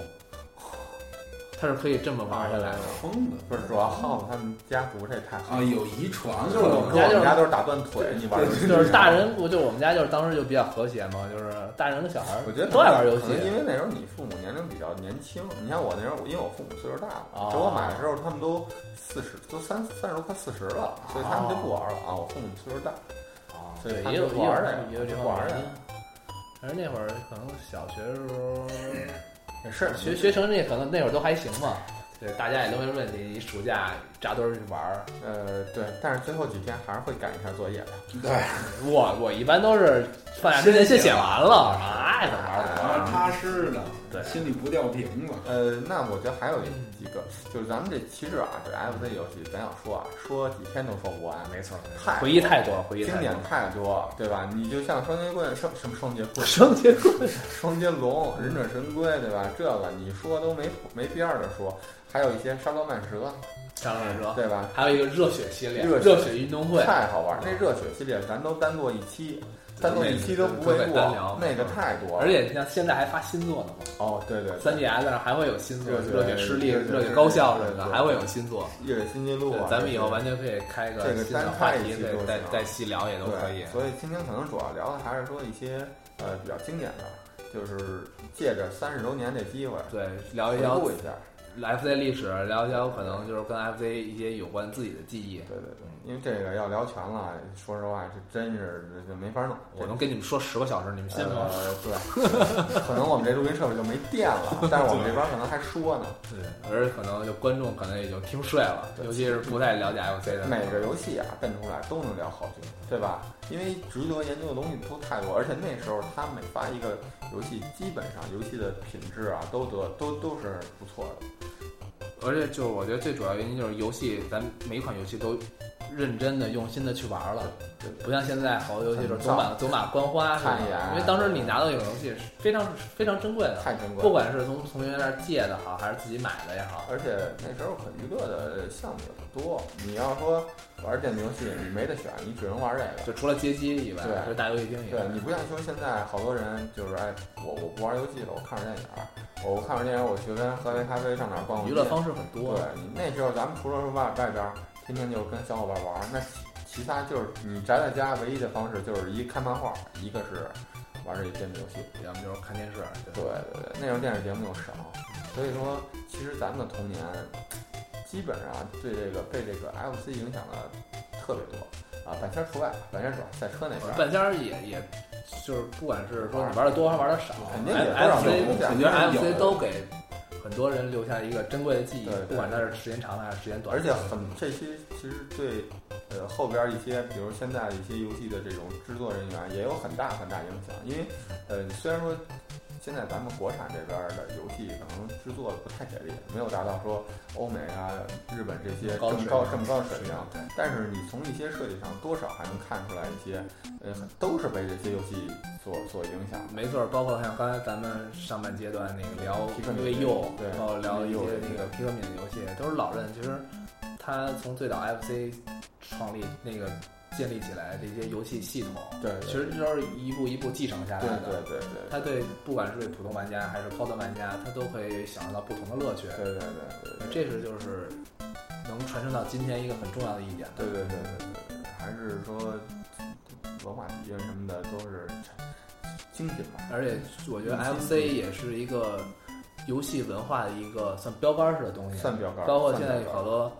Speaker 1: 他是可以这么玩下来
Speaker 2: 啊
Speaker 1: 的。
Speaker 3: 疯子
Speaker 2: 不是，主要耗子他们家族这太好
Speaker 3: 啊，，有遗传
Speaker 2: 就是是我
Speaker 3: 吧？
Speaker 2: 们
Speaker 1: 家就是
Speaker 2: 家都是打断腿，你玩儿
Speaker 1: 就是大。人，我就我们家就是当时就比较和谐嘛，就是大人跟小孩儿
Speaker 2: 我觉得
Speaker 1: 都爱玩游戏
Speaker 2: 可能因为那时候你父母年龄比较年轻，你像我那时候，因为我父母岁数大了，
Speaker 1: 哦
Speaker 2: 给我买的时候他们都四十，都三三十多快四十了，所以他们就不玩了啊。我父母岁数大，
Speaker 1: 啊
Speaker 2: 所以
Speaker 1: 对，
Speaker 2: 他
Speaker 1: 也有也
Speaker 2: 们就
Speaker 1: 有
Speaker 2: 玩儿这个
Speaker 1: 也有这
Speaker 2: 玩
Speaker 1: 方
Speaker 2: 儿
Speaker 1: 面原因
Speaker 2: 这个。
Speaker 1: 反正那会儿可能小学的时候，
Speaker 2: 也是
Speaker 1: 学学成绩可能那会儿都还行嘛。对，大家也都没问题，一暑假扎堆儿去玩儿。
Speaker 2: 呃对，但是最后几天还是会赶一下作业的。
Speaker 3: 对，
Speaker 1: 我我一般都是放假之前先写完了，爱怎么玩儿怎么玩儿。
Speaker 3: 玩踏实的，
Speaker 1: 对
Speaker 3: 心里不掉瓶子。
Speaker 2: 呃，那我觉得还有一个，就是咱们这其实啊，这 FC 游戏咱想说啊，说几天都说不完，
Speaker 1: 没错，没错
Speaker 2: 太
Speaker 1: 回忆太多了，回忆
Speaker 2: 经
Speaker 1: 太多
Speaker 2: 典
Speaker 1: 了。
Speaker 2: 太多，对吧？你就像双截棍、双什么双截棍、
Speaker 1: 双截棍，
Speaker 2: 双截龙、忍者神龟，对吧？这个你说都没没边儿的说，还有一些沙罗曼蛇，
Speaker 1: 啊上来说，
Speaker 2: 对吧？
Speaker 1: 还有一个热血系列，
Speaker 2: 热血
Speaker 1: 热血运动会，
Speaker 2: 太好玩儿，那热血系列咱都单做一期，单做一期都不为
Speaker 1: 对对对单聊
Speaker 2: 过，那个太多了。
Speaker 1: 而且像现在还发新作呢嘛。
Speaker 2: 哦，对对，
Speaker 1: 三 DS 上还会有新作，
Speaker 2: 对
Speaker 1: 热血
Speaker 2: 对
Speaker 1: 势力、
Speaker 2: 对对
Speaker 1: 热血高校
Speaker 2: 对
Speaker 1: 什
Speaker 2: 对
Speaker 1: 么的，
Speaker 2: 对
Speaker 1: 还会有新作。
Speaker 2: 越野新纪录
Speaker 1: 对
Speaker 2: 啊，，
Speaker 1: 咱们以后
Speaker 2: 这些
Speaker 1: 完全可以开
Speaker 2: 这
Speaker 1: 个
Speaker 2: 个
Speaker 1: 新的
Speaker 2: 单
Speaker 1: 话
Speaker 2: 开一
Speaker 1: 题，
Speaker 2: 期
Speaker 1: 再
Speaker 2: 都
Speaker 1: 再
Speaker 2: 行
Speaker 1: 再细聊也都可以
Speaker 2: 对，。所以今天可能主要聊的还是说一些呃比较经典的，就是借着三十周年这机会
Speaker 1: 对，聊一
Speaker 2: 回
Speaker 1: 聊
Speaker 2: 顾一下。
Speaker 1: FC 历史，聊一聊可能就是跟 FC 一些有关自己的记忆。
Speaker 2: 对对对，因为这个要聊全了，说实话，这真是这这没法弄。
Speaker 1: 我能跟你们说十个小时，你们信吗？
Speaker 2: 呃，对，可能我们这录音设备就没电 了，但是我们这边可能还说呢。
Speaker 1: 对，而且可能就观众可能也就听睡了，尤其是不太了解 FC 的。
Speaker 2: 每个游戏啊，蹦出来都能聊好久，对吧？因为值得研究的东西都太多，而且那时候他每发一个游戏，基本上游戏的品质啊，都得都都是不错的。
Speaker 1: 而且就是我觉得最主要原因就是游戏，咱每一款游戏都认真的、用心的去玩了，
Speaker 2: 对对
Speaker 1: 不像现在好多游戏就是
Speaker 2: 很
Speaker 1: 走马走马观花似的
Speaker 2: 看一眼
Speaker 1: 因为当时你拿到一款游戏是非常非常珍贵的，
Speaker 2: 太珍
Speaker 1: 不
Speaker 2: 贵了。
Speaker 1: 管是从同学那儿借的好，还是自己买的也好，
Speaker 2: 而且那时候可娱乐的项目也不多，你要说玩电子游戏，你没得选，你只能玩这个。
Speaker 1: 就除了街机以外，
Speaker 2: 对
Speaker 1: 就是大游戏厅以外
Speaker 2: 对，你不像说现在好多人就是哎，我我不玩游戏了，我看会儿电影儿，我看会儿电影儿，我去跟喝杯咖啡，上哪儿逛逛街
Speaker 1: 娱乐方式很多。
Speaker 2: 对，你那时候咱们除了是外外边儿，天天就是跟小伙伴玩儿，那其其他就是你宅在家唯一的方式就是一看漫画，一个是玩这电子游戏。
Speaker 1: 要么就是看电视，啊就
Speaker 2: 对对对，那时候电视节目又少，所以说其实咱们的童年基本上对这个被这个 FC 影响的特别多啊，半仙儿除外，半仙儿主要在车那边儿。
Speaker 1: 半仙儿也也，就是不管是说你玩的多还是玩的少，
Speaker 2: 肯定也多少
Speaker 1: F
Speaker 2: 有影
Speaker 1: C
Speaker 2: 响
Speaker 1: 我觉得
Speaker 3: 肯
Speaker 1: F
Speaker 3: 定有
Speaker 1: C 都给很多人留下一个珍贵的记忆
Speaker 2: 对对，
Speaker 1: 不管它是时间长的还是时间短
Speaker 2: 而
Speaker 1: 的。
Speaker 2: 且很这些其实对呃后边一些，比如现在一些游戏的这种制作人员也有很大很大影响，因为呃虽然说现在咱们国产这边的游戏可能制作的不太给力，没有达到说欧美啊、日本这些
Speaker 1: 高
Speaker 2: 更
Speaker 1: 水
Speaker 2: 高
Speaker 1: 平
Speaker 2: 这么高的水平，
Speaker 1: 对
Speaker 2: 但是你从一些设计上多少还能看出来一些，呃都是被这些游戏所所影响的。
Speaker 1: 没错，包括像刚才咱们上半阶段那个聊
Speaker 2: 皮克敏
Speaker 1: 微幼，
Speaker 2: 对
Speaker 1: 然后聊一些
Speaker 2: 微幼
Speaker 1: 那个皮克敏的游戏，都是老任。其实他从最早 F C 创立那个建立起来这些游戏系统，
Speaker 2: 对，对
Speaker 1: 其实都是一步一步继承下来
Speaker 2: 对
Speaker 1: 的。
Speaker 2: 对对对
Speaker 1: 他对不管是对普通玩家还是高端玩家，他都可以享受到不同的乐趣。
Speaker 2: 对对对对。
Speaker 1: 这是就是能传承到今天一个很重要的一点。
Speaker 2: 对对对对对，对，还是说罗马底蕴什么的都是精品吧。
Speaker 1: 而且我觉得 FC 也是一个游戏文化的一个算标杆式的东西，
Speaker 2: 算标杆儿
Speaker 1: 包括现
Speaker 2: 算
Speaker 1: 在
Speaker 2: 标杆儿
Speaker 1: 好多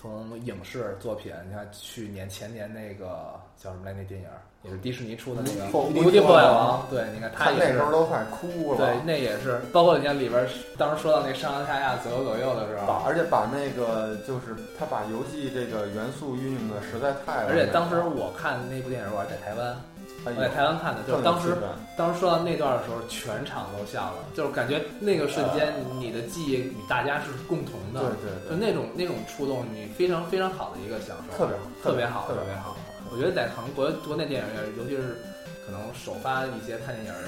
Speaker 1: 从影视作品，你看去年前年那个叫什么来那电影儿，也是迪士尼出的那个
Speaker 2: 无敌
Speaker 1: 无敌
Speaker 2: 破
Speaker 1: 破
Speaker 2: 坏
Speaker 1: 坏
Speaker 2: 王
Speaker 1: 王》，对，你看他
Speaker 2: 看哦那
Speaker 1: 也
Speaker 2: 时
Speaker 1: 是。
Speaker 2: 候都快哭了，
Speaker 1: 对，那也是，包括你看里边儿当时说到那上上下下左右左右的时候
Speaker 2: 把，而且把那个就是他把游戏这个元素运用的实在太完
Speaker 1: 而
Speaker 2: 美了，
Speaker 1: 且当时我看那部电影，我还在台湾，
Speaker 2: 哎
Speaker 1: 我在
Speaker 2: 呦
Speaker 1: 台湾看的，就
Speaker 2: 更
Speaker 1: 是
Speaker 2: 有
Speaker 1: 当
Speaker 2: 气
Speaker 1: 时
Speaker 2: 氛
Speaker 1: 当时说到那段的时候，全场都笑了，就是感觉那个瞬间，你的记忆与大家是共同的，
Speaker 2: 对
Speaker 1: 嗯
Speaker 2: 对
Speaker 1: 就
Speaker 2: 哎对，
Speaker 1: 那种那种触动，你非常非常好的一个享受，
Speaker 2: 特别好
Speaker 1: 特别好，
Speaker 2: 特
Speaker 1: 特
Speaker 2: 别
Speaker 1: 别好。我觉得在韩国国内电影院，尤其是可能首发一些看电影儿，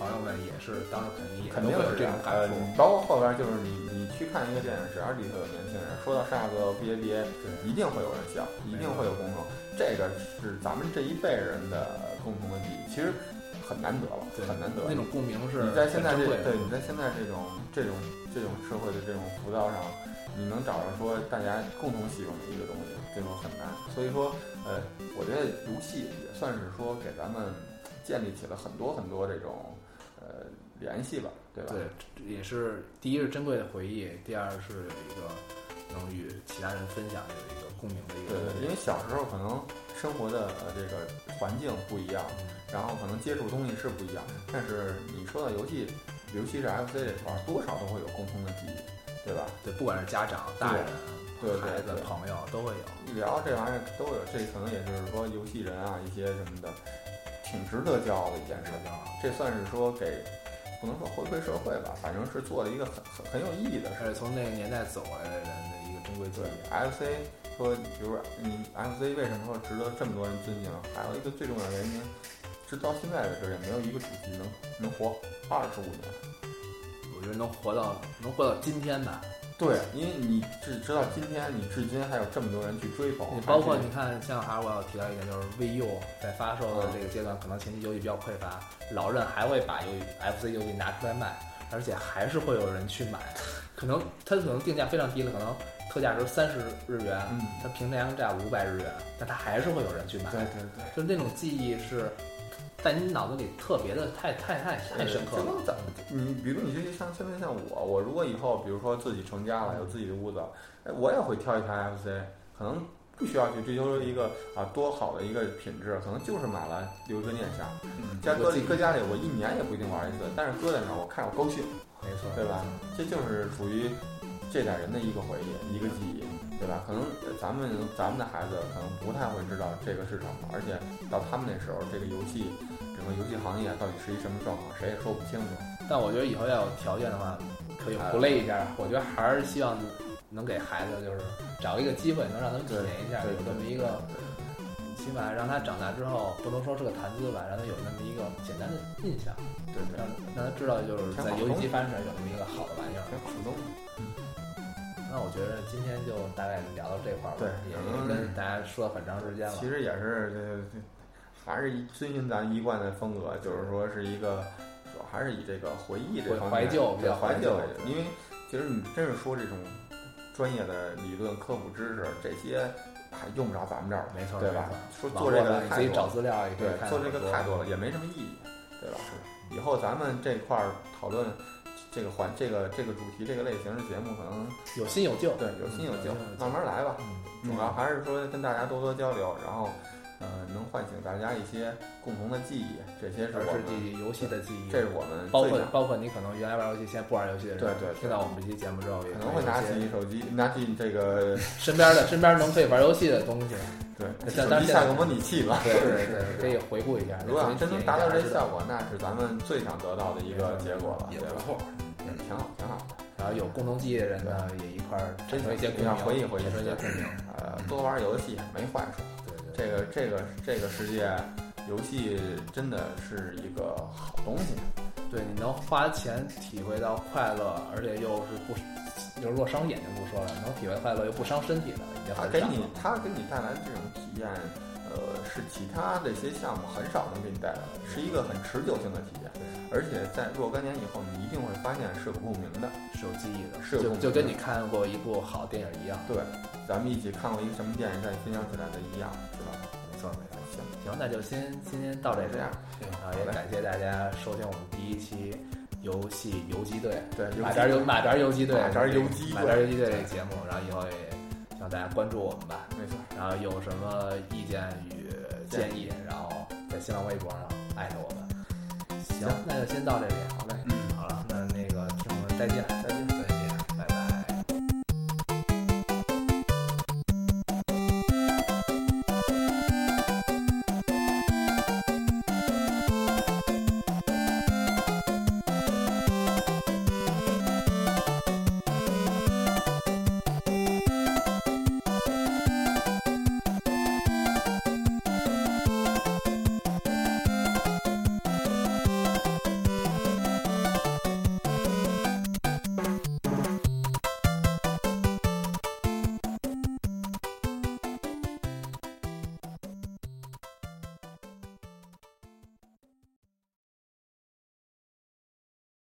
Speaker 1: 朋友们也是当时肯定也
Speaker 2: 肯
Speaker 1: 都
Speaker 2: 定
Speaker 1: 会有
Speaker 2: 是
Speaker 1: 这种
Speaker 2: 样
Speaker 1: 感
Speaker 2: 呃
Speaker 1: 触。
Speaker 2: 包括后边就是你你去看一个电影，只要里头有年轻人，说到上个别别，一定会有人笑，一定会有共鸣。这个是咱们这一辈人的共同的记忆，其实很难得了，
Speaker 1: 对，
Speaker 2: 很难得。
Speaker 1: 那种共鸣是
Speaker 2: 你在现在
Speaker 1: 很
Speaker 2: 这
Speaker 1: 珍贵的
Speaker 2: 对你在现在这种这种这种社会的这种浮躁上，你能找到说大家共同喜欢的一个东西，这种很难。所以说，呃，我觉得游戏也算是说给咱们建立起了很多很多这种呃联系吧，对吧？
Speaker 1: 对，也是第一是珍贵的回忆，第二是有一个能与其他人分享的一个共鸣的一个
Speaker 2: 对
Speaker 1: 东西。
Speaker 2: 对，因为小时候可能生活的呃这个环境不一样，
Speaker 1: 嗯
Speaker 2: 然后可能接触东西是不一样，但是你说到游戏，尤其是 FC 这块儿，多少都会有共通的记忆，对吧？
Speaker 1: 对，不管是家长、大人、啊
Speaker 2: 对对
Speaker 1: 孩子
Speaker 2: 对、
Speaker 1: 朋友都会有。
Speaker 2: 一聊这玩意儿都有，这可能也就是说游戏人啊一些什么的，挺值得骄傲的一件事情。啊这算是说给不能说回馈社会吧，反正是做了一个很很很有意义的事。
Speaker 1: 而且从那个年代走过来的人的一个珍贵记
Speaker 2: 对
Speaker 1: 忆。
Speaker 2: FC 说，比如你 FC 为什么说值得这么多人尊敬？啊还有一个最重要的原因，直到现在为止也没有一个主机能能活二十五年。
Speaker 1: 我觉得能活到能活到今天吧，
Speaker 2: 对，因为你至直到今天，你至今还有这么多人去追捧
Speaker 1: 你，包括
Speaker 2: 还是
Speaker 1: 你看，像还是我要提到一点，就是 VU 在发售的这个阶段，可能前期游戏比较匮乏，老任还会把游戏 FC 游戏拿出来卖，而且还是会有人去买，可能它可能定价非常低了，可能特价是三十日元，
Speaker 2: 嗯
Speaker 1: 它平常价五百日元，但它还是会有人去买，
Speaker 2: 对对对。
Speaker 1: 就那种记忆是在你脑子里特别的太太太太深刻
Speaker 2: 就
Speaker 1: 了
Speaker 2: 跟。咱们你嗯比如你这些像现在像我，我如果以后比如说自己成家了，有自己的屋子，哎，我也会挑一台 FC，可能不需要去追求一个啊多好的一个品质，可能就是买了留一个念想。
Speaker 3: 嗯，
Speaker 2: 家搁里搁家里，我一年也不一定玩一次，但是搁在那儿我看着我高兴，
Speaker 1: 没错，
Speaker 2: 对吧？这就是属于这代人的一个回忆，一个记忆。对吧？可能咱们咱们的孩子可能不太会知道这个市场吧，而且到他们那时候，这个游戏整个游戏行业到底是一什么状况，谁也说不清楚。
Speaker 1: 但我觉得以后要有条件的话，可以回来一下。我觉得还是希望能给孩子就是找一个机会，能让他们体验一下，
Speaker 2: 对
Speaker 1: 有这么一个，起码让他长大之后不能说是个谈资吧，让他有那么一个简单的印象，
Speaker 2: 对对，
Speaker 1: 让让他知道就是
Speaker 2: 挺
Speaker 1: 在
Speaker 2: 好
Speaker 1: 游戏
Speaker 2: 东
Speaker 1: 机
Speaker 2: 西
Speaker 1: 翻上有那么一个好的玩意儿。
Speaker 2: 挺好的东西。
Speaker 1: 那我觉得今天就大概聊到这块儿吧，
Speaker 2: 对
Speaker 1: 也
Speaker 2: 嗯
Speaker 1: 跟大家说了很长时间了
Speaker 2: 其。实也是，这这还是一遵循咱一贯的风格，就是说是一个，主要还是以这个回忆这
Speaker 1: 怀
Speaker 2: 方面，
Speaker 1: 怀旧比
Speaker 2: 对
Speaker 1: 较
Speaker 2: 怀
Speaker 1: 怀
Speaker 2: 旧
Speaker 1: 旧
Speaker 2: 为主，因为其实你真是说这种专业的理论科普知识，这些还用不着咱们这儿，
Speaker 1: 没错，
Speaker 2: 对吧
Speaker 1: 没？
Speaker 2: 说
Speaker 1: 错
Speaker 2: 做这
Speaker 1: 网络
Speaker 2: 个
Speaker 1: 吧你
Speaker 2: 太
Speaker 1: 自己
Speaker 2: 多
Speaker 1: 找
Speaker 2: 了
Speaker 1: 资料也可以
Speaker 2: 对，
Speaker 1: 看
Speaker 2: 做
Speaker 1: 很
Speaker 2: 这个
Speaker 1: 多
Speaker 2: 太多了，也没什么意义，对吧？以后咱们这块儿讨论这个环这个这个主题这个类型的节目，可能
Speaker 1: 有新有旧。
Speaker 2: 对有新有旧
Speaker 1: 嗯，
Speaker 2: 慢慢来吧。
Speaker 1: 嗯，
Speaker 2: 主要还是说跟大家多多交流，然后，呃，能唤醒大家一些共同的记忆，这些是
Speaker 1: 而呃
Speaker 2: 我
Speaker 1: 是
Speaker 2: 们，
Speaker 1: 记忆游戏的记忆，
Speaker 2: 这是我们
Speaker 1: 包括
Speaker 2: 最大
Speaker 1: 包括你可能原来玩游戏，现在不玩游戏的人，
Speaker 2: 对对对
Speaker 1: 听到我们这期节目之后，也
Speaker 2: 可能会拿
Speaker 1: 有一些
Speaker 2: 起手机，拿起这个
Speaker 1: 身边的身边能可以玩游戏的东西，
Speaker 2: 对
Speaker 1: 像
Speaker 2: 手
Speaker 1: 当
Speaker 2: 机
Speaker 1: 时
Speaker 2: 下个模拟器 吧。
Speaker 1: 对对对
Speaker 3: 是，
Speaker 1: 可以回顾一下。
Speaker 2: 如果要真能达到这效
Speaker 1: 果，
Speaker 2: 果，那是咱们最想得到的一个结果了，
Speaker 3: 也
Speaker 2: 对
Speaker 3: 不
Speaker 2: 吧？
Speaker 3: 错。
Speaker 2: 也挺好，挺好的。
Speaker 1: 然后有共同记忆的人呢，也一块儿产生一些共
Speaker 2: 要
Speaker 1: 鸣，
Speaker 2: 回忆回忆
Speaker 1: 产生一些
Speaker 2: 对
Speaker 1: 共鸣。
Speaker 2: 呃，多玩游戏没坏处。
Speaker 1: 对对对，
Speaker 2: 这个这个这个世界，游戏真的是一个好东西。
Speaker 1: 对，你能花钱体会到快乐，而且又是不，就是若伤眼睛不说了，能体会快乐又不伤身体的，已经
Speaker 2: 它
Speaker 1: 很
Speaker 2: 啊给
Speaker 1: 少
Speaker 2: 你
Speaker 1: 了。，
Speaker 2: 它给你带来这种体验，呃，是其他这些项目很少能给你带来的，是一个很持久性的体验。而且在若干年以后，你一定会发现是有共鸣的。
Speaker 1: 是有记忆的，
Speaker 2: 是有
Speaker 1: 就
Speaker 2: 共
Speaker 1: 就跟
Speaker 2: 鸣
Speaker 1: 你看过一部好电影一样。
Speaker 2: 对，咱们一起看过一个什么电影，再分享起来的一样，是吧？
Speaker 1: 没错没错。
Speaker 2: 行，
Speaker 1: 行，那就先今天到这
Speaker 2: 这
Speaker 1: 里
Speaker 2: 样
Speaker 1: 啊，，然后也感谢大家收听我们第一期游戏游击队，
Speaker 2: 对，
Speaker 1: 马扎游马扎游击队，
Speaker 2: 马扎游击队
Speaker 1: 马扎游击队这个节目，然后以后也让大家关注我们吧。
Speaker 2: 没错，
Speaker 1: 然后有什么意见与建议，然后在新浪微博上艾特我们。行，那就先到这里，好嘞。
Speaker 3: 嗯
Speaker 1: 好了，那那个听众们再见，
Speaker 2: 再见。